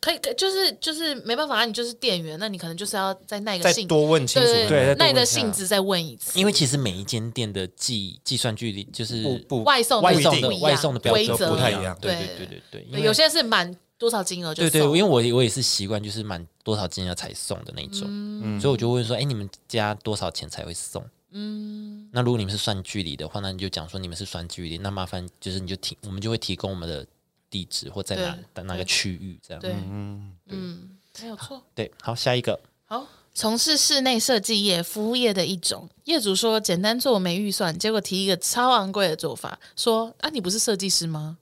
[SPEAKER 2] 可以，可就是就是没办法啊，你就是店员，那你可能就是要再耐个
[SPEAKER 3] 再
[SPEAKER 2] 性，
[SPEAKER 3] 多问清楚，
[SPEAKER 2] 对
[SPEAKER 1] 对再多
[SPEAKER 2] 耐
[SPEAKER 1] 问
[SPEAKER 2] 着
[SPEAKER 1] 一下
[SPEAKER 2] 性子再问一次。
[SPEAKER 1] 因为其实每一间店的计计算距离就是
[SPEAKER 3] 不不
[SPEAKER 2] 外送
[SPEAKER 1] 外
[SPEAKER 2] 哦不一
[SPEAKER 1] 送
[SPEAKER 2] 定
[SPEAKER 1] 的
[SPEAKER 2] 不一样
[SPEAKER 1] 外送的标
[SPEAKER 2] 规
[SPEAKER 1] 准
[SPEAKER 2] 则
[SPEAKER 3] 不太一样
[SPEAKER 1] 对
[SPEAKER 2] 对
[SPEAKER 1] 对对对对，
[SPEAKER 2] 对
[SPEAKER 1] 因
[SPEAKER 2] 有
[SPEAKER 1] 为
[SPEAKER 2] 些是满多少金额就
[SPEAKER 1] 对对，因
[SPEAKER 2] 送
[SPEAKER 1] 为我也我也是习惯就是满多少金额才送的那种，所以我就问说，哎，你们家多少钱才会送？嗯，那如果你们是算距离的话，那你就讲说你们是算距离，那麻烦就是你就提，我们就会提供我们的地址或在哪
[SPEAKER 2] 对
[SPEAKER 1] 哪个区域这样。
[SPEAKER 2] 对，
[SPEAKER 3] 嗯，
[SPEAKER 2] 嗯，没有错。
[SPEAKER 1] 对，好，下一个，
[SPEAKER 2] 好，从事室内设计业、服务业的一种。业主说简单做没预算，结果提一个超昂贵的做法，说啊，你不是设计师吗？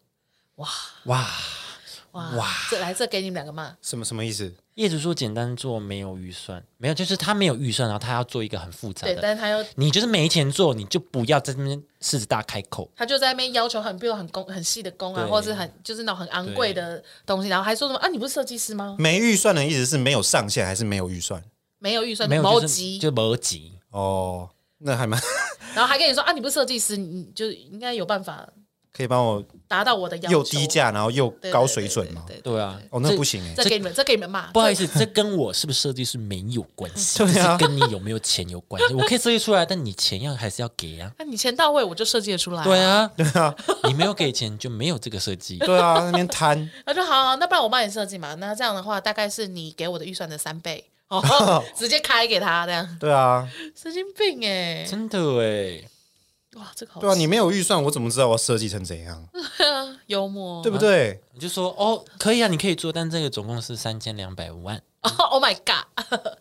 [SPEAKER 3] 哇，
[SPEAKER 2] 哇，这来这给你们两个骂，
[SPEAKER 3] 什么什么意思？
[SPEAKER 1] 业主说简单做没有预算，没有就是他没有预算，然后他要做一个很复杂
[SPEAKER 2] 对，
[SPEAKER 1] 的，
[SPEAKER 2] 但是他又
[SPEAKER 1] 你就是没钱做，你就不要在那边狮子大开口。
[SPEAKER 2] 他就在那边要求很比如很工很细的工啊，
[SPEAKER 1] 对
[SPEAKER 2] 或者是很就是那种很昂贵的东西，然后还说什么啊，你不是设计师吗？
[SPEAKER 3] 没预算的意思是没有上限还是没有预算？
[SPEAKER 2] 没有预算，
[SPEAKER 1] 没有
[SPEAKER 2] 毛
[SPEAKER 1] 就是
[SPEAKER 2] 急，
[SPEAKER 1] 就没急，
[SPEAKER 3] 哦，那还蛮
[SPEAKER 2] 然后还跟你说啊，你不是设计师，你你就应该有办法
[SPEAKER 3] 可以帮我
[SPEAKER 2] 达到我的要求，
[SPEAKER 3] 又低价，然后又
[SPEAKER 2] 对对
[SPEAKER 3] 高
[SPEAKER 2] 对
[SPEAKER 3] 水
[SPEAKER 2] 对
[SPEAKER 3] 准
[SPEAKER 2] 对
[SPEAKER 3] 吗？
[SPEAKER 2] 对对
[SPEAKER 1] 对啊，
[SPEAKER 3] 哦，那不行哎，
[SPEAKER 2] 这给你们，这给你们骂，
[SPEAKER 1] 不好意
[SPEAKER 2] 思，
[SPEAKER 1] 思，这跟我是不是设计师没有关系，
[SPEAKER 3] 对啊
[SPEAKER 1] 这是跟你有没有钱有关系。我可以设计出来，但你钱要还是要给 啊。
[SPEAKER 2] 那你钱到位，我就设计得出来，
[SPEAKER 1] 对啊，对啊，你没有给钱就没有这个设计。
[SPEAKER 3] 对啊，那边贪，
[SPEAKER 2] 他就好，那不然我帮你设计嘛。那这样的话，大概是你给我的预算的三倍， 哦，直接开给他这样，
[SPEAKER 3] 对啊，
[SPEAKER 2] 神经病哎、
[SPEAKER 1] 真的哎，
[SPEAKER 2] 哇，这个好
[SPEAKER 3] 对啊，你没有预算，我怎么知道我要设计成怎样？
[SPEAKER 2] 嗯幽默，
[SPEAKER 3] 对不对？
[SPEAKER 1] 你就说哦，可以啊，你可以做，但这个总共是三千两百万，
[SPEAKER 2] 哦 Oh my god，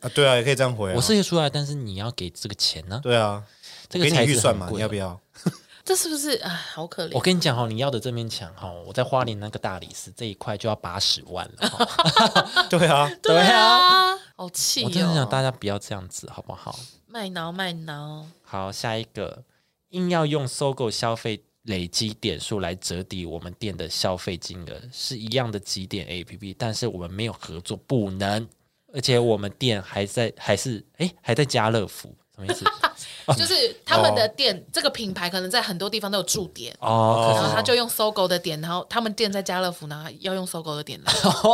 [SPEAKER 3] 啊，对啊，也可以这样回啊。
[SPEAKER 1] 我设计出来，但是你要给这个钱呢、
[SPEAKER 3] 对啊，
[SPEAKER 1] 这
[SPEAKER 3] 我
[SPEAKER 1] 个
[SPEAKER 3] 给
[SPEAKER 1] 材
[SPEAKER 3] 你
[SPEAKER 1] 质
[SPEAKER 3] 预算
[SPEAKER 1] 很
[SPEAKER 3] 嘛，
[SPEAKER 1] 贵啊
[SPEAKER 3] 你要不要？
[SPEAKER 2] 这是不是啊？好可
[SPEAKER 1] 我
[SPEAKER 2] 怜。
[SPEAKER 1] 跟你讲哈、哦，你要的这面墙哈、哦，我在花莲那个大理石这一块就要八十万了、
[SPEAKER 3] 哎
[SPEAKER 1] 哦。
[SPEAKER 3] 对啊，
[SPEAKER 2] 对
[SPEAKER 1] 对
[SPEAKER 2] 啊，好气
[SPEAKER 1] 我真的想
[SPEAKER 2] 哦！
[SPEAKER 1] 大家不要这样子，好不好？
[SPEAKER 2] 卖挠卖挠，
[SPEAKER 1] 好，下一个，硬要用搜狗消费累积点数来折抵我们店的消费金额，是一样的几点 A P P，但是我们没有合作，不能。而且我们店还在，还是诶，还在家乐福，什么 意思？
[SPEAKER 2] 就是他们的店，这个品牌可能在很多地方都有驻点，
[SPEAKER 1] 哦，
[SPEAKER 2] 然后他就用搜狗的点，然后他们店在家乐福，然后要用搜狗的点 来，
[SPEAKER 1] 可是哦，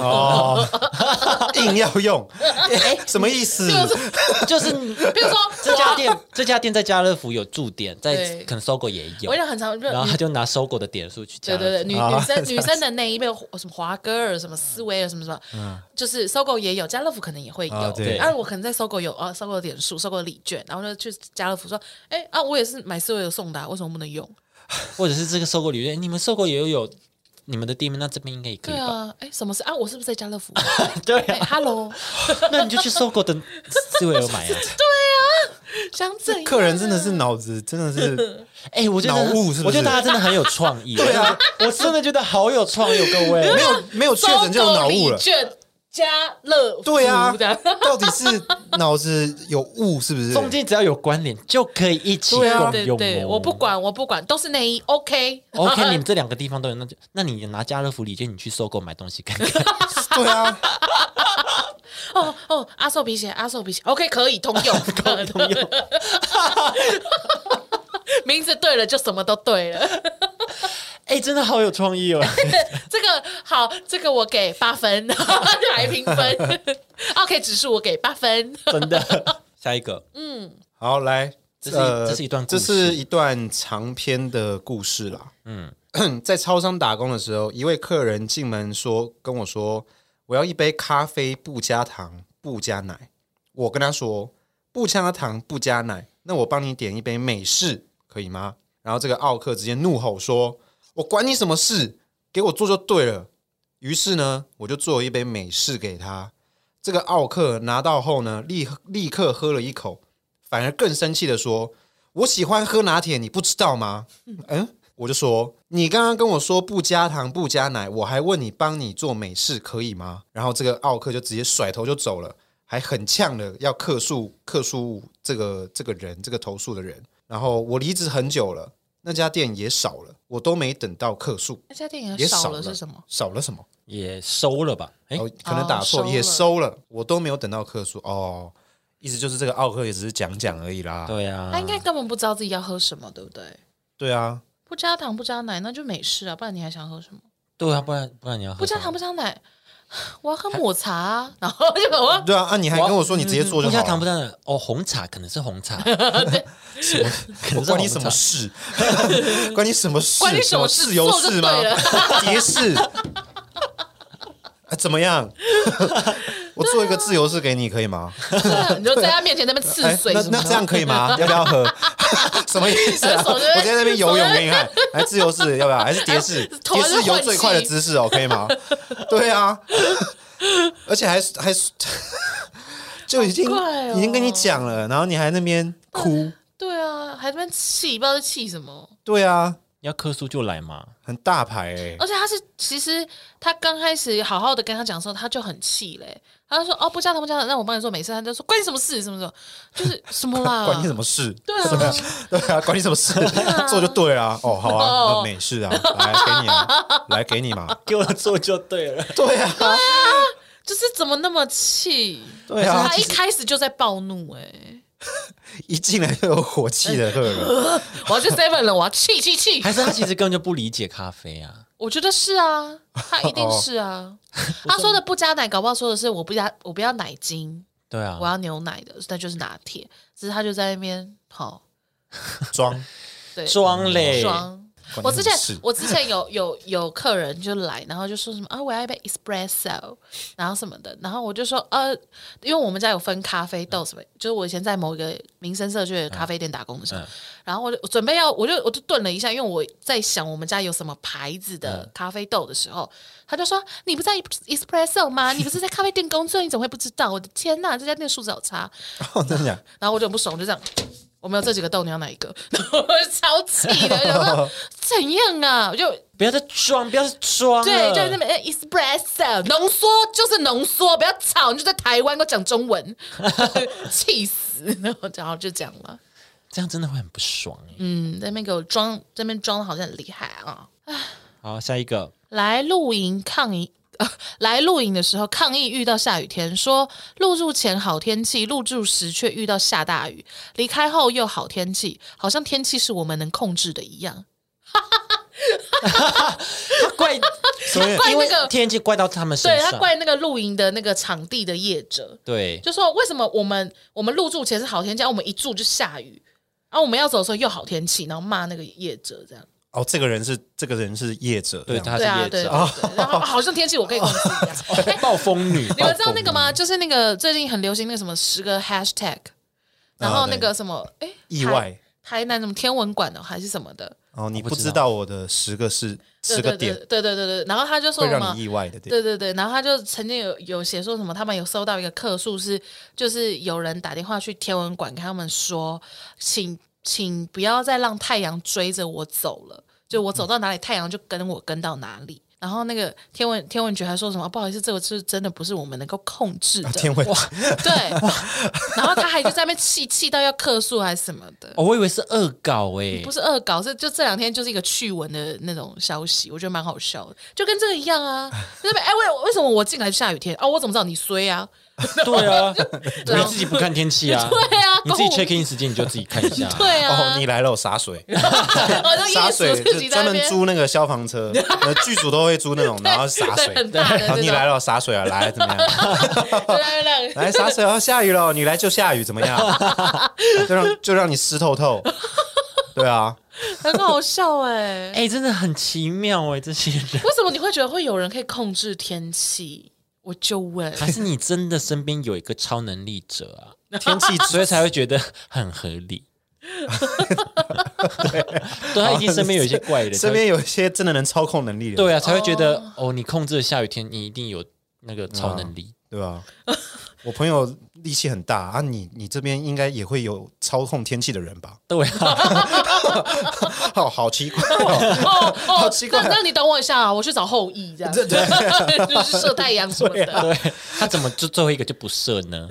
[SPEAKER 3] 哦， 硬要用，什么意思？
[SPEAKER 1] 就是
[SPEAKER 2] 比如说
[SPEAKER 1] 这家
[SPEAKER 2] 我
[SPEAKER 1] 店，这家店在家乐福有驻点，在
[SPEAKER 2] 对
[SPEAKER 1] 可能搜狗也有
[SPEAKER 2] 我，想很常
[SPEAKER 1] 然后
[SPEAKER 2] 女
[SPEAKER 1] 他就拿搜狗的点数去家
[SPEAKER 2] 对
[SPEAKER 1] 乐福。
[SPEAKER 2] 对对，女
[SPEAKER 3] 啊
[SPEAKER 2] 女生 女生的那一辈哦什么华歌尔、什么思维尔、什么什么，就是搜狗也有，家乐福可能也会
[SPEAKER 3] 嗯啊
[SPEAKER 2] 有。
[SPEAKER 3] 对
[SPEAKER 2] 然后我可能在搜狗有啊，搜狗的点数、搜狗的礼券，然后就去家乐福说，哎啊，我也是买思维尔送的啊、为什么不能用？
[SPEAKER 1] 或者是这个搜狗里面，你们搜狗也有你们的店面，那这边应该也可以
[SPEAKER 2] 对
[SPEAKER 1] 吧？
[SPEAKER 2] 啊，哎，什么事啊？我是不是在家乐福？
[SPEAKER 1] 对啊
[SPEAKER 2] 哎，Hello，
[SPEAKER 1] 那你就去搜狗 的思维有买啊。
[SPEAKER 2] 想怎样？
[SPEAKER 3] 客人真的是脑子真的是
[SPEAKER 1] 哎、我觉得
[SPEAKER 3] 脑雾是不是
[SPEAKER 1] 我觉得大家真的很有创意。对
[SPEAKER 3] 啊，
[SPEAKER 1] 我真的觉得好有创意，哦各位。
[SPEAKER 3] 没有哦没有确诊就有
[SPEAKER 2] 搜狗
[SPEAKER 3] 脑雾
[SPEAKER 2] 礼
[SPEAKER 3] 了。
[SPEAKER 2] 券家乐福
[SPEAKER 3] 对啊
[SPEAKER 2] 这样，
[SPEAKER 3] 到底是脑子有雾是不是？
[SPEAKER 1] 中间只要有关联，就可以一起共
[SPEAKER 3] 对啊
[SPEAKER 1] 用、哦
[SPEAKER 2] 对对，我不。管，我不管，都是内衣，OK。
[SPEAKER 3] 哦
[SPEAKER 1] OK，你们这两个地方都有，那就那你拿家乐福礼券，你去搜狗买东西 看看。
[SPEAKER 3] 对啊，
[SPEAKER 2] 哦哦，阿寿皮鞋，阿寿皮鞋，OK，可以通 用，可以通用。 名字对了，就什么都对了。
[SPEAKER 1] 哎、真的好有创意哦！
[SPEAKER 2] 这个好，这个我给八分， 来评分。OK，指 数我给八分。
[SPEAKER 1] 真的。下一个，
[SPEAKER 3] 好来，
[SPEAKER 1] 这是一
[SPEAKER 3] 呃
[SPEAKER 1] 这是一段故
[SPEAKER 3] 这
[SPEAKER 1] 事
[SPEAKER 3] 是一段长篇的故事啦。嗯， 在超商打工的时候，一位客人进门说跟我说：“我要一杯咖啡，不加糖，不加奶。”我跟他说：“不不加糖不加奶，那我帮你点一杯美式可以吗？然后这个奥克直接怒吼说：“我管你什么事，给我做就对了。”于是呢，我就做了一杯美式给他。这个奥克拿到后呢，立立刻喝了一口，反而更生气的说：“我喜欢喝拿铁，你不知道吗？” 嗯，我就说：“你刚刚跟我说不加糖不加奶，我还问你帮你做美式可以吗？”然后这个奥克就直接甩头就走了，还很呛的要客诉客诉这个这个人这个投诉的人。然后我离职很久了，那家店也少了，我都没等到客诉，
[SPEAKER 2] 那家店
[SPEAKER 3] 也
[SPEAKER 2] 也
[SPEAKER 3] 少
[SPEAKER 2] 少
[SPEAKER 3] 了
[SPEAKER 2] 了
[SPEAKER 3] 嗯
[SPEAKER 2] 是什么？？
[SPEAKER 3] 少了什么？
[SPEAKER 1] 也收了吧？哎、
[SPEAKER 3] 哦，可能打错，
[SPEAKER 2] 哦
[SPEAKER 3] 也
[SPEAKER 2] 收
[SPEAKER 3] 收了，我都没有等到客诉哦。
[SPEAKER 4] 意思就是这个奥克也只是讲讲而已啦。
[SPEAKER 1] 对啊，
[SPEAKER 2] 他应该根本不知道自己要喝什么，对不对？
[SPEAKER 3] 对啊，
[SPEAKER 2] 不加糖不加奶，那就美式啊，不然你还想喝什么？
[SPEAKER 1] 对啊，不然不然你要喝
[SPEAKER 2] 不加
[SPEAKER 1] 什么
[SPEAKER 2] 糖不加奶，我要喝抹茶啊，然后就我要
[SPEAKER 3] 对啊，啊，你还跟我说你直接做
[SPEAKER 1] 不
[SPEAKER 3] 就好
[SPEAKER 1] 加
[SPEAKER 3] 了，
[SPEAKER 1] 糖不加奶哦，红茶可能是红茶，什么可能
[SPEAKER 3] 我
[SPEAKER 1] 是
[SPEAKER 3] 关
[SPEAKER 1] 红
[SPEAKER 3] 你什么
[SPEAKER 1] 茶。
[SPEAKER 3] 事？关你什么事？
[SPEAKER 2] 关你什么事
[SPEAKER 3] 事？有
[SPEAKER 2] 做就
[SPEAKER 3] 事吗
[SPEAKER 2] 对 了？
[SPEAKER 3] 蝶事？啊怎么样？ 我做一个自由式给你可以吗？
[SPEAKER 2] 你就在他面前在那边
[SPEAKER 3] 哎
[SPEAKER 2] 刺，水
[SPEAKER 3] 那
[SPEAKER 2] 啊什么
[SPEAKER 3] 那这样
[SPEAKER 2] 的。
[SPEAKER 3] 可 以吗？要不要喝？ 什么意思啊？
[SPEAKER 2] 手在那边
[SPEAKER 3] 我在那边游泳给你看，哎，自由式要不要？还是蝶式？
[SPEAKER 2] 头
[SPEAKER 3] 蝶
[SPEAKER 2] 还是
[SPEAKER 3] 式游
[SPEAKER 2] 换
[SPEAKER 3] 最
[SPEAKER 2] 气
[SPEAKER 3] 快的姿势哦，可 以吗？对啊，而且还还 就已经
[SPEAKER 2] 好怪哦
[SPEAKER 3] 已经跟你讲了，然后你还那边哭，
[SPEAKER 2] 对啊，还在那边气，不知道在气什么。
[SPEAKER 3] 对啊，
[SPEAKER 1] 要客诉就来嘛，
[SPEAKER 3] 很大牌哎，
[SPEAKER 2] 而且他是，其实他刚开始好好的跟他讲的时候，他就很气嘞。他就说：“哦，不加糖不加糖，那我帮你做美式。”他就说：“关你什么事？什么什么，就是 什么啦？
[SPEAKER 3] 管你什么事？
[SPEAKER 2] 呃对啊，
[SPEAKER 3] 对啊，管你什 么事，做就对啊。哦，好啊，
[SPEAKER 2] 哦
[SPEAKER 3] 那美式啊，来给 你啊，来给你嘛。
[SPEAKER 1] 给我做就对了。
[SPEAKER 3] 对啊，
[SPEAKER 2] 就是怎么那么气？
[SPEAKER 3] 对啊
[SPEAKER 2] 他一开始就在暴怒哎、欸
[SPEAKER 3] 一进来就有火气的客人，
[SPEAKER 2] 我要去 Seven 了，我要气气气
[SPEAKER 1] 还！是他其实根本就不理解咖啡啊？
[SPEAKER 2] 我觉得是啊，他一定是啊。
[SPEAKER 3] 哦
[SPEAKER 2] 他说的不加奶，搞不好说的是我不加，我不要奶精，
[SPEAKER 1] 对啊
[SPEAKER 2] 我，要牛奶的，那就是拿铁。只是他就在那边好
[SPEAKER 3] 装
[SPEAKER 2] 对嗯
[SPEAKER 1] 装
[SPEAKER 3] 哎
[SPEAKER 1] 嘞，
[SPEAKER 2] 装。
[SPEAKER 3] 管
[SPEAKER 2] 我
[SPEAKER 3] 你
[SPEAKER 2] 之
[SPEAKER 3] 什么
[SPEAKER 2] 前
[SPEAKER 3] 事
[SPEAKER 2] 我之前有有有客人就来，然后就说什么啊，我要一杯 espresso，然后什么的，然后我就说呃，因为我们家有分咖啡豆什么，就是我以前在某一个民生社区的咖啡店打工的时
[SPEAKER 3] 嗯
[SPEAKER 2] 候，然后我就我准备要，我就我就顿了一下，因为我在想我们家有什么牌子
[SPEAKER 3] 嗯
[SPEAKER 2] 的咖啡豆的时候，他就说你不在 espresso 吗？你不是在咖啡店工作，你怎么会不知道？我的天呐，这家店素质好差！
[SPEAKER 3] 哦，真的假的？
[SPEAKER 2] 然后我就很不爽，我就这样，我没有这几个豆，你要哪一个？ 然后我就超气的，我想说怎样啊？我就
[SPEAKER 1] 不要再装，不要再装了。
[SPEAKER 2] 对，就在那边哎 espresso 浓缩就是浓缩，不要吵，你就在台湾给我讲中文， 气死！ 然后然后就讲了，
[SPEAKER 1] 这样真的会很不爽哎、
[SPEAKER 2] 嗯，在那边给我装，在那边装的好像很厉害啊！
[SPEAKER 1] 好，下一个，
[SPEAKER 2] 来露营抗议。啊来露营的时候抗议遇到下雨天，说入住前好天气，入住时却遇到下大雨，离开后又好天气，好像天气是我们能控制的一样。
[SPEAKER 1] 他怪
[SPEAKER 3] 所以
[SPEAKER 1] 因
[SPEAKER 2] 怪那
[SPEAKER 1] 为
[SPEAKER 2] 个，
[SPEAKER 1] 天气怪到他们身
[SPEAKER 2] 对
[SPEAKER 1] 上，
[SPEAKER 2] 他怪那个露营的那个场地的业者，
[SPEAKER 1] 对
[SPEAKER 2] 就说为什么我们我们入住前是好天气，啊然后我们一住就下雨，啊然后我们要走的时候又好天气，然后骂那个业者这样。
[SPEAKER 3] 哦，这个人是这个人是业者，哦
[SPEAKER 1] 对，
[SPEAKER 3] 这
[SPEAKER 1] 他是
[SPEAKER 3] 样
[SPEAKER 2] 对啊，
[SPEAKER 1] 业
[SPEAKER 2] 对对
[SPEAKER 1] 者，
[SPEAKER 2] 对，然后好像天气我可以控制一样。哎
[SPEAKER 1] 暴风女， 哦
[SPEAKER 2] 你们知道那个吗？就是那个最近很流行那个什么十个 hashtag，然后那个什么哎、
[SPEAKER 3] 啊意
[SPEAKER 2] 台
[SPEAKER 3] 外
[SPEAKER 2] 台南什么天文馆哦还是什么的，
[SPEAKER 3] 哦，你
[SPEAKER 1] 我
[SPEAKER 3] 不
[SPEAKER 1] 不知
[SPEAKER 3] 知道我的十个是十个点
[SPEAKER 2] 对对对对对，然后他就说
[SPEAKER 3] 会
[SPEAKER 2] 什么
[SPEAKER 3] 让你意外的点，
[SPEAKER 2] 对对对，然后他就曾经有有写说什么，他们有收到一个客诉是，就是有人打电话去天文馆跟他们说，请请不要再让太阳追着我走了，就
[SPEAKER 3] 嗯
[SPEAKER 2] 我走到哪里，太阳就跟我跟到哪里。然后那个天文天文局还说什么、不好意思，这个是真的不是我们能够控制的。
[SPEAKER 3] 啊天文
[SPEAKER 2] 对， 然后他还就在那边气气到要客诉还是什么的。
[SPEAKER 1] 哦，我以为是恶搞哎、
[SPEAKER 2] 不是恶搞，是就这两天就是一个趣闻的那种消息，我觉得蛮好笑的，就跟这个一样啊。就是哎，为为什么我进来下雨天？哦，我怎么知道你衰啊？
[SPEAKER 1] 对啊，
[SPEAKER 2] 对啊
[SPEAKER 1] 你自己不看天气啊，
[SPEAKER 2] 对啊
[SPEAKER 1] 你自己
[SPEAKER 2] 关我
[SPEAKER 1] check in 时间你就自己看一下，
[SPEAKER 2] 对啊，哦
[SPEAKER 3] 哦，你来了，我洒水，
[SPEAKER 2] 好像
[SPEAKER 3] 洒
[SPEAKER 2] 艺
[SPEAKER 3] 水
[SPEAKER 2] 术自己
[SPEAKER 3] 就
[SPEAKER 2] 在
[SPEAKER 3] 专
[SPEAKER 2] 那
[SPEAKER 3] 门
[SPEAKER 2] 边
[SPEAKER 3] 租那个消 防车，呃剧组都会租那种，然后洒水
[SPEAKER 2] 对，很大 的
[SPEAKER 3] 然后
[SPEAKER 2] 这
[SPEAKER 3] 你
[SPEAKER 2] 种
[SPEAKER 3] 来了，洒水啊，来怎么样？
[SPEAKER 2] 对对对对
[SPEAKER 3] 来洒水哦，下雨了，你来就下雨，怎么样？就让就让你湿透透，对啊，
[SPEAKER 2] 很好 笑哎、
[SPEAKER 1] 哎、真的很奇妙哎、这些人，
[SPEAKER 2] 为什么你会觉得会有人可以控制天气？我就问，
[SPEAKER 1] 还是你真的身边有一个超能力者啊？ 天气，所以才会觉得很合 理。对，他一定身边有一些怪 人，
[SPEAKER 4] 身边有一些真的能操控能力的，
[SPEAKER 1] 对啊，才会觉得哦，你控制了下雨天，你一定有那个超能力。
[SPEAKER 4] 对吧？
[SPEAKER 3] 我朋友力气很大啊，你你这边应该也会有操控天气的人吧？
[SPEAKER 1] 对啊，
[SPEAKER 3] 好好 奇怪，
[SPEAKER 2] 哦哦
[SPEAKER 3] 奇，怪
[SPEAKER 2] 那那你等我一下啊，我去找后羿这样， 就是射太阳什么的。
[SPEAKER 3] 啊
[SPEAKER 1] 对，他怎么就最后一个就不射 呢？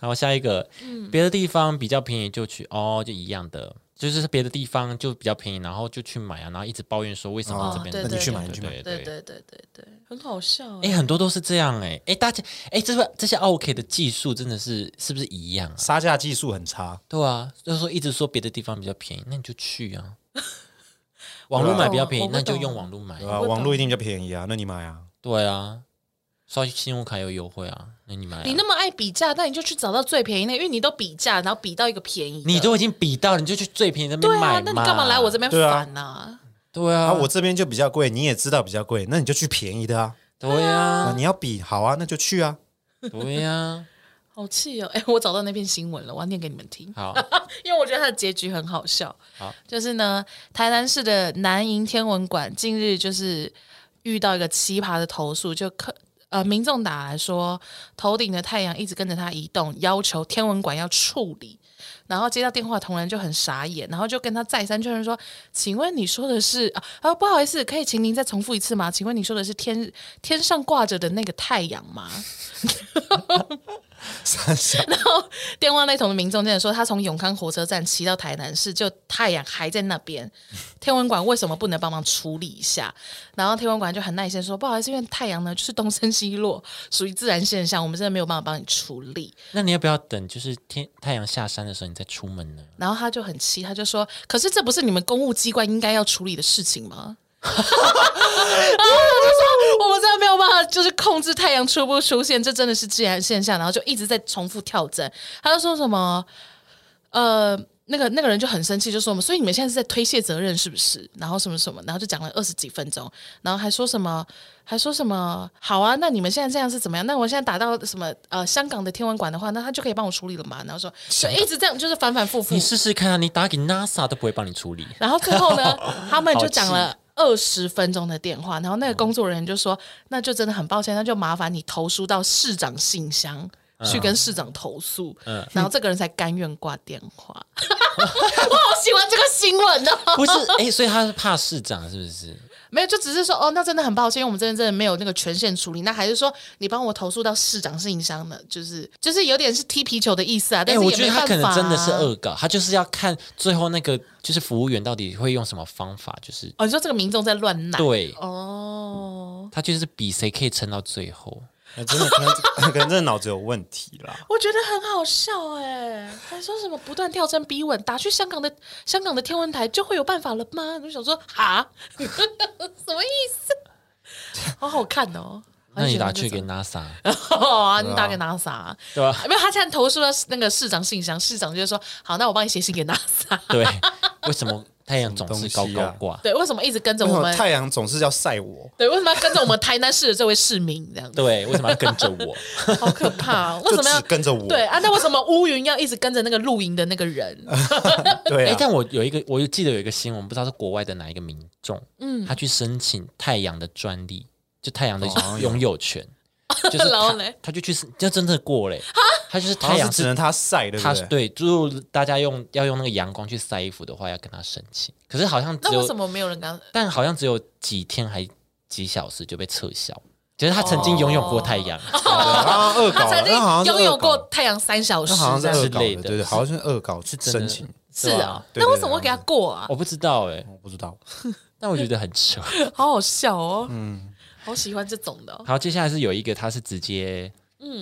[SPEAKER 1] 然后下一个，
[SPEAKER 2] 嗯
[SPEAKER 1] 别的地方比较便宜就去哦，就一样的，就是别的地方就比较便宜，然后就去买啊，然后一直抱怨说为什么
[SPEAKER 2] 哦
[SPEAKER 1] 这边
[SPEAKER 2] 对
[SPEAKER 1] 那
[SPEAKER 2] 对
[SPEAKER 1] 你去
[SPEAKER 2] 对
[SPEAKER 1] 买，
[SPEAKER 3] 对
[SPEAKER 1] 你去买，
[SPEAKER 2] 对对对对对，很好笑
[SPEAKER 1] 哎、
[SPEAKER 2] 欸。
[SPEAKER 1] 很多都是这样哎、欸、哎、大家哎、这个这些 OK 的技术真的是是不是一样啊？
[SPEAKER 4] 杀价技术很差，
[SPEAKER 1] 对啊，就是说一直说别的地方比较便宜，那你就去 啊。网络买比较便宜
[SPEAKER 2] 啊哦我，不
[SPEAKER 1] 那
[SPEAKER 2] 懂啊
[SPEAKER 1] 你就用网络买
[SPEAKER 4] 对。吧？
[SPEAKER 2] 我懂
[SPEAKER 4] 啊网络一定比较便宜啊，那你买啊，
[SPEAKER 1] 对啊，刷信用卡有优惠啊，那你买啊、
[SPEAKER 2] 你那么爱比价，那你就去找到最便宜的，因为你都比价，然后比到一个便宜的。
[SPEAKER 1] 你都已经比到，你就去最便宜那边
[SPEAKER 2] 对
[SPEAKER 1] 买
[SPEAKER 2] 啊，那你干嘛来我这
[SPEAKER 1] 边？
[SPEAKER 2] 边
[SPEAKER 4] 对啊
[SPEAKER 2] 烦呐？
[SPEAKER 1] 对啊，
[SPEAKER 4] 啊，我这边就比较贵，你也知道比较贵，那你就去便宜的啊，
[SPEAKER 1] 对啊
[SPEAKER 4] 啊，，你要比好啊，那就去啊，
[SPEAKER 1] 对啊。
[SPEAKER 2] 好气哦！哎，我找到那篇新闻了，我要念给你们听。
[SPEAKER 1] 好，
[SPEAKER 2] 因为我觉得它的结局很好笑。
[SPEAKER 1] 好
[SPEAKER 2] 就是呢，台南市的南营天文馆近日就是遇到一个奇葩的投诉，就客呃民众打来说，头顶的太阳一直跟着他移动，要求天文馆要处理。然后接到电话，同仁就很傻眼，然后就跟他再三确认说：“请问你说的是啊？啊，不好意思，可以请您再重复一次吗？请问你说的是天天上挂着的那个太阳吗？”然后 电话那头的民众真的说，他从永康火车站骑到台南市，就太阳还在那边，天文馆为什么不能帮忙处理一下？然后天文馆就很耐心地说，不好意思，因为太阳呢就是东升西落，属于自然现象，我们真的没有办法帮你处理。
[SPEAKER 1] 那你要不要等就是天太阳下山的时候你再出门呢？
[SPEAKER 2] 然后他就很气，他就说：“可是这不是你们公务机关应该要处理的事情吗？”然后他就说：“我们真的没有办法，就是控制太阳出不出现，这真的是自然现象。”然后就一直在重复跳针。他就说什么：“呃，那个那个人就很生气，就说我们，所以你们现在是在推卸责任是不是？然后什么什么，然后就讲了二十几分钟，然后还说什么，还说什么，好啊，那你们现在这样是怎么样？那我现在打到什么呃香港的天文馆的话，那他就可以帮我处理了嘛？然后说就一直这样，就是反反复复。
[SPEAKER 1] 你试试看啊，你打给 NASA 都不会帮你处 理。
[SPEAKER 2] 然后最 后呢，他们就讲了二十分钟的电话，然后那个工作人员就说：“那就真的很抱歉，那就麻烦你投诉到市长信箱。”
[SPEAKER 1] 嗯
[SPEAKER 2] 去跟市长投诉，然后这个人才甘愿挂电话。 我好喜欢这个新闻哦！
[SPEAKER 1] 不是，哎、所以他是怕市长是不是？
[SPEAKER 2] 没有，就只是说哦，那真的很抱歉，因为我们这边真的没有那个权限处理。那还是说你帮我投诉到市长信箱呢？就是就是有点是踢皮球的意思啊。但
[SPEAKER 1] 哎、
[SPEAKER 2] 是
[SPEAKER 1] 我
[SPEAKER 2] 也
[SPEAKER 1] 觉得
[SPEAKER 2] 没办
[SPEAKER 1] 他
[SPEAKER 2] 法、啊。
[SPEAKER 1] 可能真的是恶搞，他就是要看最后那个就是服务员到底会用什么方法，就是
[SPEAKER 2] 哦，你说这个民众在乱闹
[SPEAKER 1] 对
[SPEAKER 2] 哦。
[SPEAKER 1] 他就是比谁可以撑到最后。
[SPEAKER 4] 那哎真的可能 可能真的脑子有问题啦。
[SPEAKER 2] 我觉得很好笑哎、还说什么不断跳针逼问，打去香港的香港的天文台就会有办法了吗？我就想说啊， 什么意思？好好看哦。
[SPEAKER 1] 那你打去给
[SPEAKER 2] 给
[SPEAKER 1] NASA，
[SPEAKER 2] 好啊，你打给 NASA，
[SPEAKER 1] 对啊吧？
[SPEAKER 2] 没有他现在投诉了那个市长信箱，市长就说好，那我帮你写信给 NASA。
[SPEAKER 1] 对，为什么太阳总是
[SPEAKER 4] 什么
[SPEAKER 1] 高
[SPEAKER 4] 东西
[SPEAKER 1] 高
[SPEAKER 4] 啊
[SPEAKER 1] 挂？
[SPEAKER 2] 对，为什么一直跟着
[SPEAKER 4] 为什
[SPEAKER 2] 我
[SPEAKER 4] 么
[SPEAKER 2] 们？
[SPEAKER 4] 太阳总是要晒我？
[SPEAKER 2] 对，为什么要跟着我们台南市的这位市民这样子？
[SPEAKER 1] 对，为什么要跟着 我？
[SPEAKER 2] 好可怕、哦为
[SPEAKER 4] 就
[SPEAKER 2] 什么要
[SPEAKER 4] 只跟着我？
[SPEAKER 2] 对啊？那为什么乌云要一直跟着那个露营的那个人？
[SPEAKER 4] 对
[SPEAKER 1] 哎、
[SPEAKER 4] 啊，
[SPEAKER 1] 但我有一个，我记得有一个新闻，不知道是国外的哪一个民众，嗯，他去申请太阳的专利，就太
[SPEAKER 4] 哦
[SPEAKER 1] 阳的拥有权， 就是
[SPEAKER 2] 然后
[SPEAKER 1] 他
[SPEAKER 2] 嘞
[SPEAKER 1] 他就去申，就真的过嘞，他就是
[SPEAKER 4] 好
[SPEAKER 1] 太
[SPEAKER 4] 像
[SPEAKER 1] 阳
[SPEAKER 4] 是只
[SPEAKER 1] 是
[SPEAKER 4] 能它晒，对
[SPEAKER 1] 他
[SPEAKER 4] 不
[SPEAKER 1] 是
[SPEAKER 4] 对？
[SPEAKER 1] 对，就是大家用要用那个阳光去晒衣服的话，要跟他申请。可是好像只
[SPEAKER 2] 那为什
[SPEAKER 1] 有，
[SPEAKER 2] 么没有人刚？
[SPEAKER 1] 但好像只有几天还几小时就被撤销。其实他曾经拥有过太阳，
[SPEAKER 2] 哦
[SPEAKER 4] 啊，恶搞
[SPEAKER 2] 他
[SPEAKER 4] 了，
[SPEAKER 2] 曾经
[SPEAKER 4] 那好像是恶
[SPEAKER 2] 拥有
[SPEAKER 4] 搞
[SPEAKER 2] 过太阳三小时
[SPEAKER 4] 那好像
[SPEAKER 2] 这
[SPEAKER 4] 是
[SPEAKER 2] 样，
[SPEAKER 4] 恶
[SPEAKER 1] 之
[SPEAKER 4] 搞
[SPEAKER 1] 类
[SPEAKER 4] 的，
[SPEAKER 1] 的
[SPEAKER 4] 对对，好像是恶搞去
[SPEAKER 1] 真的
[SPEAKER 4] 申请，
[SPEAKER 2] 是
[SPEAKER 1] 对
[SPEAKER 2] 啊
[SPEAKER 1] 吧。
[SPEAKER 4] 对
[SPEAKER 2] 那
[SPEAKER 4] 对
[SPEAKER 2] 为什么会给他过啊
[SPEAKER 1] 我？不知道哎、
[SPEAKER 4] 我不知道。
[SPEAKER 1] 但我觉得很扯。
[SPEAKER 2] 好好笑哦，嗯，好喜欢这种的哦。
[SPEAKER 1] 好，接下来是有一个他是直接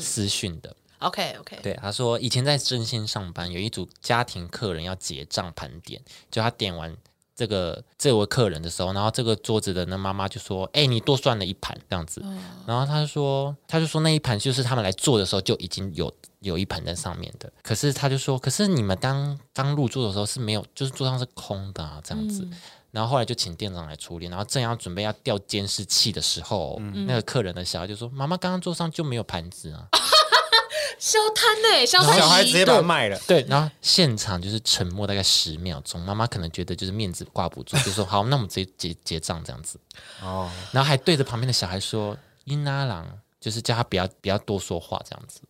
[SPEAKER 1] 私讯的，
[SPEAKER 2] OK OK，
[SPEAKER 1] 对，他说以前在真心上班，有一组家庭客人要结账盘点，就他点完这个这位客人的时候，然后这个桌子的那妈妈就说：“哎、你多算了一盘这样子。”然后他就说，他就说那一盘就是他们来做的时候就已经有有一盘在上面的，可是他就说，可是你们当刚入座的时候是没有，就是桌上是空的啊这样子。然后后来就请店长来处理，然后正要准备要调监视器的时候，那个客人的小孩就说：“妈妈，刚刚桌上就没有盘子啊。”
[SPEAKER 2] 消摊呢，消摊
[SPEAKER 3] 小孩直接
[SPEAKER 2] 仪，
[SPEAKER 3] 把它卖了，
[SPEAKER 1] 对，然后现场就是沉默大概十秒钟，妈妈可能觉得就是面子挂不住，就说好，那我们直接结结账这样子。
[SPEAKER 3] 哦，
[SPEAKER 1] 然后还对着旁边的小孩说“英拉郎”，就是叫他不要不要多说话这样子。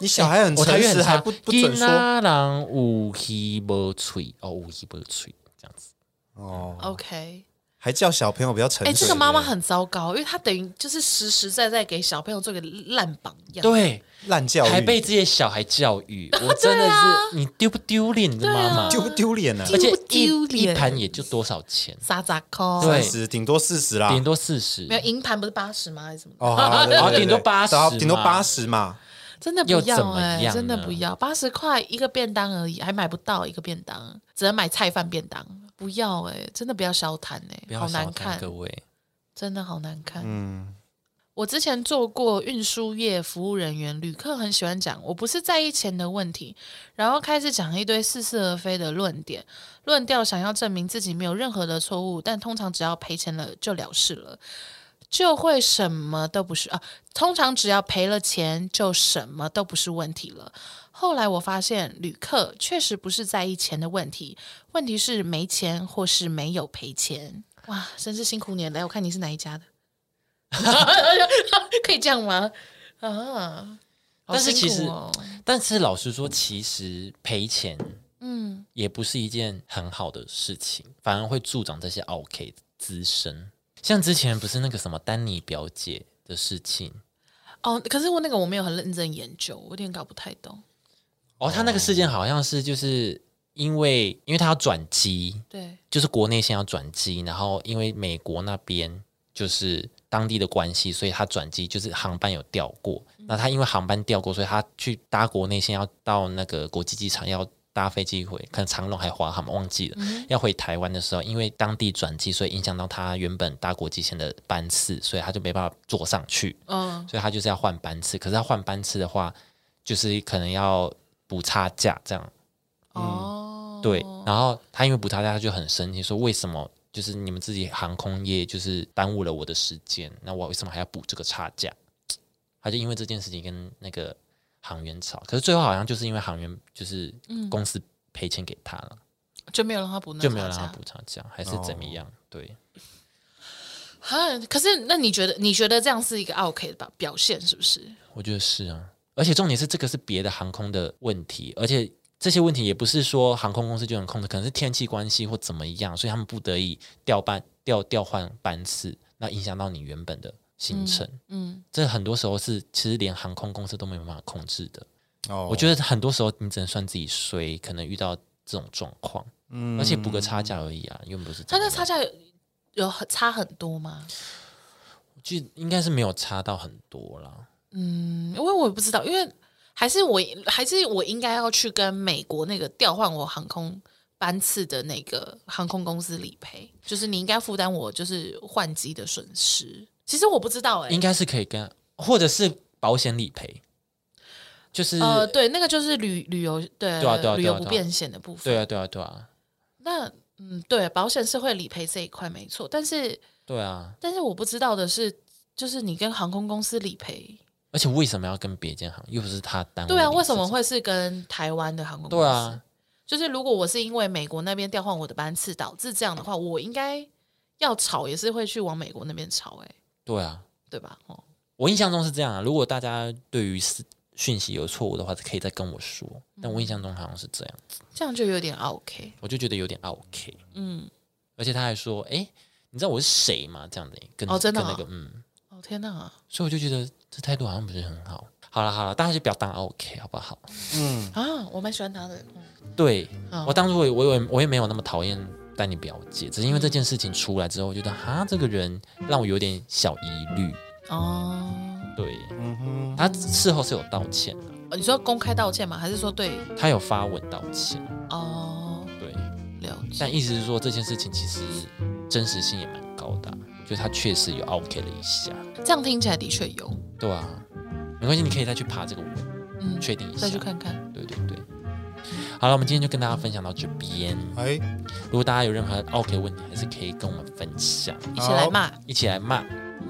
[SPEAKER 3] 你小孩很
[SPEAKER 1] 我台
[SPEAKER 3] 诚
[SPEAKER 1] 语很
[SPEAKER 3] 实，还
[SPEAKER 1] 差，
[SPEAKER 3] 不不准
[SPEAKER 1] 英
[SPEAKER 3] 说
[SPEAKER 1] 拉郎五希波吹哦，五希波吹这样子。
[SPEAKER 3] 哦，
[SPEAKER 2] OK，
[SPEAKER 4] 还叫小朋友不要沉
[SPEAKER 2] 哎、
[SPEAKER 4] 睡。
[SPEAKER 2] 这个妈妈很糟糕，因为她等于就是实实在在给小朋友做个烂榜样。
[SPEAKER 1] 对，
[SPEAKER 4] 烂教育，
[SPEAKER 1] 还被自己的小孩教 育，我真的是、
[SPEAKER 2] 啊
[SPEAKER 1] 你丢不丢脸？你的妈妈，
[SPEAKER 4] 丢不丢脸呢、啊
[SPEAKER 1] 而？且
[SPEAKER 2] 丢不丢
[SPEAKER 1] 一一
[SPEAKER 2] 脸
[SPEAKER 1] 盘也就多少钱，
[SPEAKER 2] 傻傻抠，
[SPEAKER 1] 对
[SPEAKER 4] 三十顶多四十
[SPEAKER 3] 啊
[SPEAKER 4] 啦。
[SPEAKER 1] 顶多四十
[SPEAKER 2] 没。有银盘不是八十吗？还是什么？
[SPEAKER 4] 哦，好好对对
[SPEAKER 1] 然后
[SPEAKER 4] 对
[SPEAKER 1] 顶多
[SPEAKER 4] 对
[SPEAKER 1] 80
[SPEAKER 4] 然后顶多
[SPEAKER 1] 嘛
[SPEAKER 4] 八十嘛。
[SPEAKER 2] 真的不
[SPEAKER 1] 又怎
[SPEAKER 2] 要
[SPEAKER 1] 么
[SPEAKER 2] 哎、
[SPEAKER 1] 样
[SPEAKER 2] 真的
[SPEAKER 1] 呢
[SPEAKER 2] 不要，八十块一个便当而已，还买不到一个便当，只能买菜饭便当。不要哎、真的不要消谈哎、
[SPEAKER 1] 不要
[SPEAKER 2] 好
[SPEAKER 1] 小
[SPEAKER 2] 难
[SPEAKER 1] 看
[SPEAKER 2] 看，
[SPEAKER 1] 各位，
[SPEAKER 2] 真的好难看。
[SPEAKER 4] 嗯，
[SPEAKER 2] 我之前做过运输业服务人员，旅客很喜欢讲我不是在意钱的问题，然后开始讲一堆似是而非的论点，论调想要证明自己没有任何的错误，但通常只要赔钱了就了事了，就会什么都不是啊。通常只要赔了钱，就什么都不是问题了。后来我发现，旅客确实不是在意钱的问题，问题是没钱或是没有赔钱。哇，真是辛苦你了！来，我看你是哪一家的。 可以这样吗？啊，好
[SPEAKER 1] 但是其
[SPEAKER 2] 辛苦
[SPEAKER 1] 实
[SPEAKER 2] 哦
[SPEAKER 1] 但是老实说，其实赔钱
[SPEAKER 2] 嗯，
[SPEAKER 1] 也不是一件很好的事情，反而会助长这些 OK 滋生。像之前不是那个什么丹尼表姐的事情
[SPEAKER 2] 哦，可是我那个我没有很认真研究，我有点搞不太懂。
[SPEAKER 1] 哦，她那个事件好像是就是因为因为她要转机，
[SPEAKER 2] 对，
[SPEAKER 1] 就是国内线要转机，然后因为美国那边就是当地的关系，所以他转机就是航班有调过。那他因为航班调过，所以他去搭国内线要到那个国际机场要。搭飞机回，可能长龙还华航忘记了。要回台湾的时候，因为当地转机，所以影响到他原本搭国际线的班次，所以他就没办法坐上去。
[SPEAKER 2] 嗯，
[SPEAKER 1] 所以他就是要换班次。可是他换班次的话，就是可能要补差价这样。
[SPEAKER 2] 哦，
[SPEAKER 1] 对，然后他因为补差价，他就很生气，说为什么就是你们自己航空业就是耽误了我的时间，那我为什么还要补这个差价？他就因为这件事情跟那个航员吵，可是最后好像就是因为航员就是公司赔钱给他了，
[SPEAKER 2] 就嗯没有让他补那
[SPEAKER 1] 就没有
[SPEAKER 2] 差
[SPEAKER 1] 让他
[SPEAKER 2] 价
[SPEAKER 1] 补差价，还是怎么样？对，
[SPEAKER 2] 啊。可是那你觉得你觉得这样是一个 OK 的吧表现是不是？
[SPEAKER 1] 我觉得是啊，而且重点是这个是别的航空的问题，而且。这些问题也不是说航空公司就能控制，可能是天气关系或怎么样，所以他们不得已调班调调换班次，那影响到你原本的行程。
[SPEAKER 2] 嗯，
[SPEAKER 1] 这很多时候是其实连航空公司都没有办法控制的。
[SPEAKER 4] 哦
[SPEAKER 1] 我觉得很多时候你只能算自己衰，可能遇到这种状况，
[SPEAKER 4] 嗯
[SPEAKER 1] 而且补个差价而已啊，又不是
[SPEAKER 2] 他
[SPEAKER 1] 真的
[SPEAKER 2] 那差价有有很差很多吗？
[SPEAKER 1] 就应该是没有差到很多啦。
[SPEAKER 2] 嗯，因为我也不知道，因为还是我还是我应该要去跟美国那个调换我航空班次的那个航空公司理赔，就是你应该负担我就是换机的损失。其实我不知道哎、
[SPEAKER 1] 应该是可以跟，或者是保险理赔，就是、
[SPEAKER 2] 呃，对，那个就是旅旅游对
[SPEAKER 1] 对啊对啊
[SPEAKER 2] 旅
[SPEAKER 1] 对啊
[SPEAKER 2] 游不
[SPEAKER 1] 对啊
[SPEAKER 2] 变现的部分。
[SPEAKER 1] 对啊，对啊，对啊，
[SPEAKER 2] 那嗯，对，保险是会理赔这一块没错，但是
[SPEAKER 1] 对啊。
[SPEAKER 2] 但是我不知道的是，就是你跟航空公司理赔，
[SPEAKER 1] 而且为什么要跟别间行，又不是他单位？
[SPEAKER 2] 对啊，为什么？会是跟台湾的航空公司？
[SPEAKER 1] 对啊，
[SPEAKER 2] 就是如果我是因为美国那边调换我的班次导致这样的话，我应该要吵也是会去往美国那边吵、欸，哎，
[SPEAKER 1] 对啊，
[SPEAKER 2] 对吧？哦，
[SPEAKER 1] 我印象中是这样啊。如果大家对于是讯息有错误的话，可以再跟我说。
[SPEAKER 2] 嗯
[SPEAKER 1] 但我印象中好像是这样。
[SPEAKER 2] 这样就有点 OK。
[SPEAKER 1] 我就觉得有点 OK。
[SPEAKER 2] 嗯，
[SPEAKER 1] 而且他还说：“哎，你知道我是谁吗？”这样的跟、
[SPEAKER 2] 哦真的啊
[SPEAKER 1] 跟那个嗯，
[SPEAKER 2] 哦天哪，
[SPEAKER 1] 所以我就觉得这态度好像不是很好。好了好了，大家就不要当 OK 好不好？
[SPEAKER 2] 啊，我蛮喜欢他的，嗯
[SPEAKER 1] 对、
[SPEAKER 2] 好
[SPEAKER 1] 我当初我也我也我也没有那么讨厌丹尼表姐，只是因为这件事情出来之后，我觉得哈这个人让我有点小疑虑。
[SPEAKER 2] 哦，
[SPEAKER 1] 对，他事后是有道歉，
[SPEAKER 2] 哦你说公开道歉吗？还是说对
[SPEAKER 1] 他有发文道歉，
[SPEAKER 2] 哦
[SPEAKER 1] 对，
[SPEAKER 2] 了解？
[SPEAKER 1] 但意思是说这件事情其实真实性也蛮高的啊、就他确实有 OK 了一下。
[SPEAKER 2] 这样听起来的确有，
[SPEAKER 1] 对啊，没关系，你可以再去爬这个文，
[SPEAKER 2] 嗯，
[SPEAKER 1] 确定一下。
[SPEAKER 2] 再去看看。
[SPEAKER 1] 对对对。好了，我们今天就跟大家分享到这边。
[SPEAKER 4] 哎，
[SPEAKER 1] 如果大家有任何 OK 问题，还是可以跟我们分享，
[SPEAKER 2] 一起来骂，
[SPEAKER 1] 一起来骂。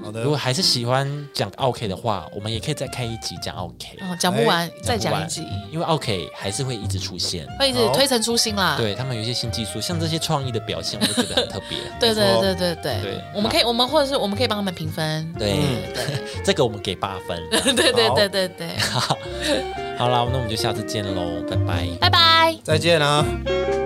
[SPEAKER 4] 好
[SPEAKER 1] 如
[SPEAKER 4] 的
[SPEAKER 1] 果，还是喜欢讲 OK 的话，我们也可以再开一集讲 OK，
[SPEAKER 2] 哦，讲不完，再
[SPEAKER 1] 哎讲不
[SPEAKER 2] 讲一
[SPEAKER 1] 完
[SPEAKER 2] 集，
[SPEAKER 1] 因为 OK 还是会一直出现。
[SPEAKER 2] 会一直
[SPEAKER 4] 好
[SPEAKER 2] 推陈出新啦。
[SPEAKER 1] 对他们有一些新技术，像这些创意的表现，我就觉得很特别。
[SPEAKER 2] 对对
[SPEAKER 3] 没错
[SPEAKER 2] 对对对
[SPEAKER 1] 对
[SPEAKER 2] 我们可以，我们或者是我们可以帮他们评分。
[SPEAKER 1] 对，
[SPEAKER 2] 嗯 对
[SPEAKER 1] 这个我们给八分。
[SPEAKER 2] 对对对对对对，
[SPEAKER 1] 好啦，那我们就下次见喽，拜拜。
[SPEAKER 2] 拜拜。
[SPEAKER 3] 再见啊。
[SPEAKER 4] 拜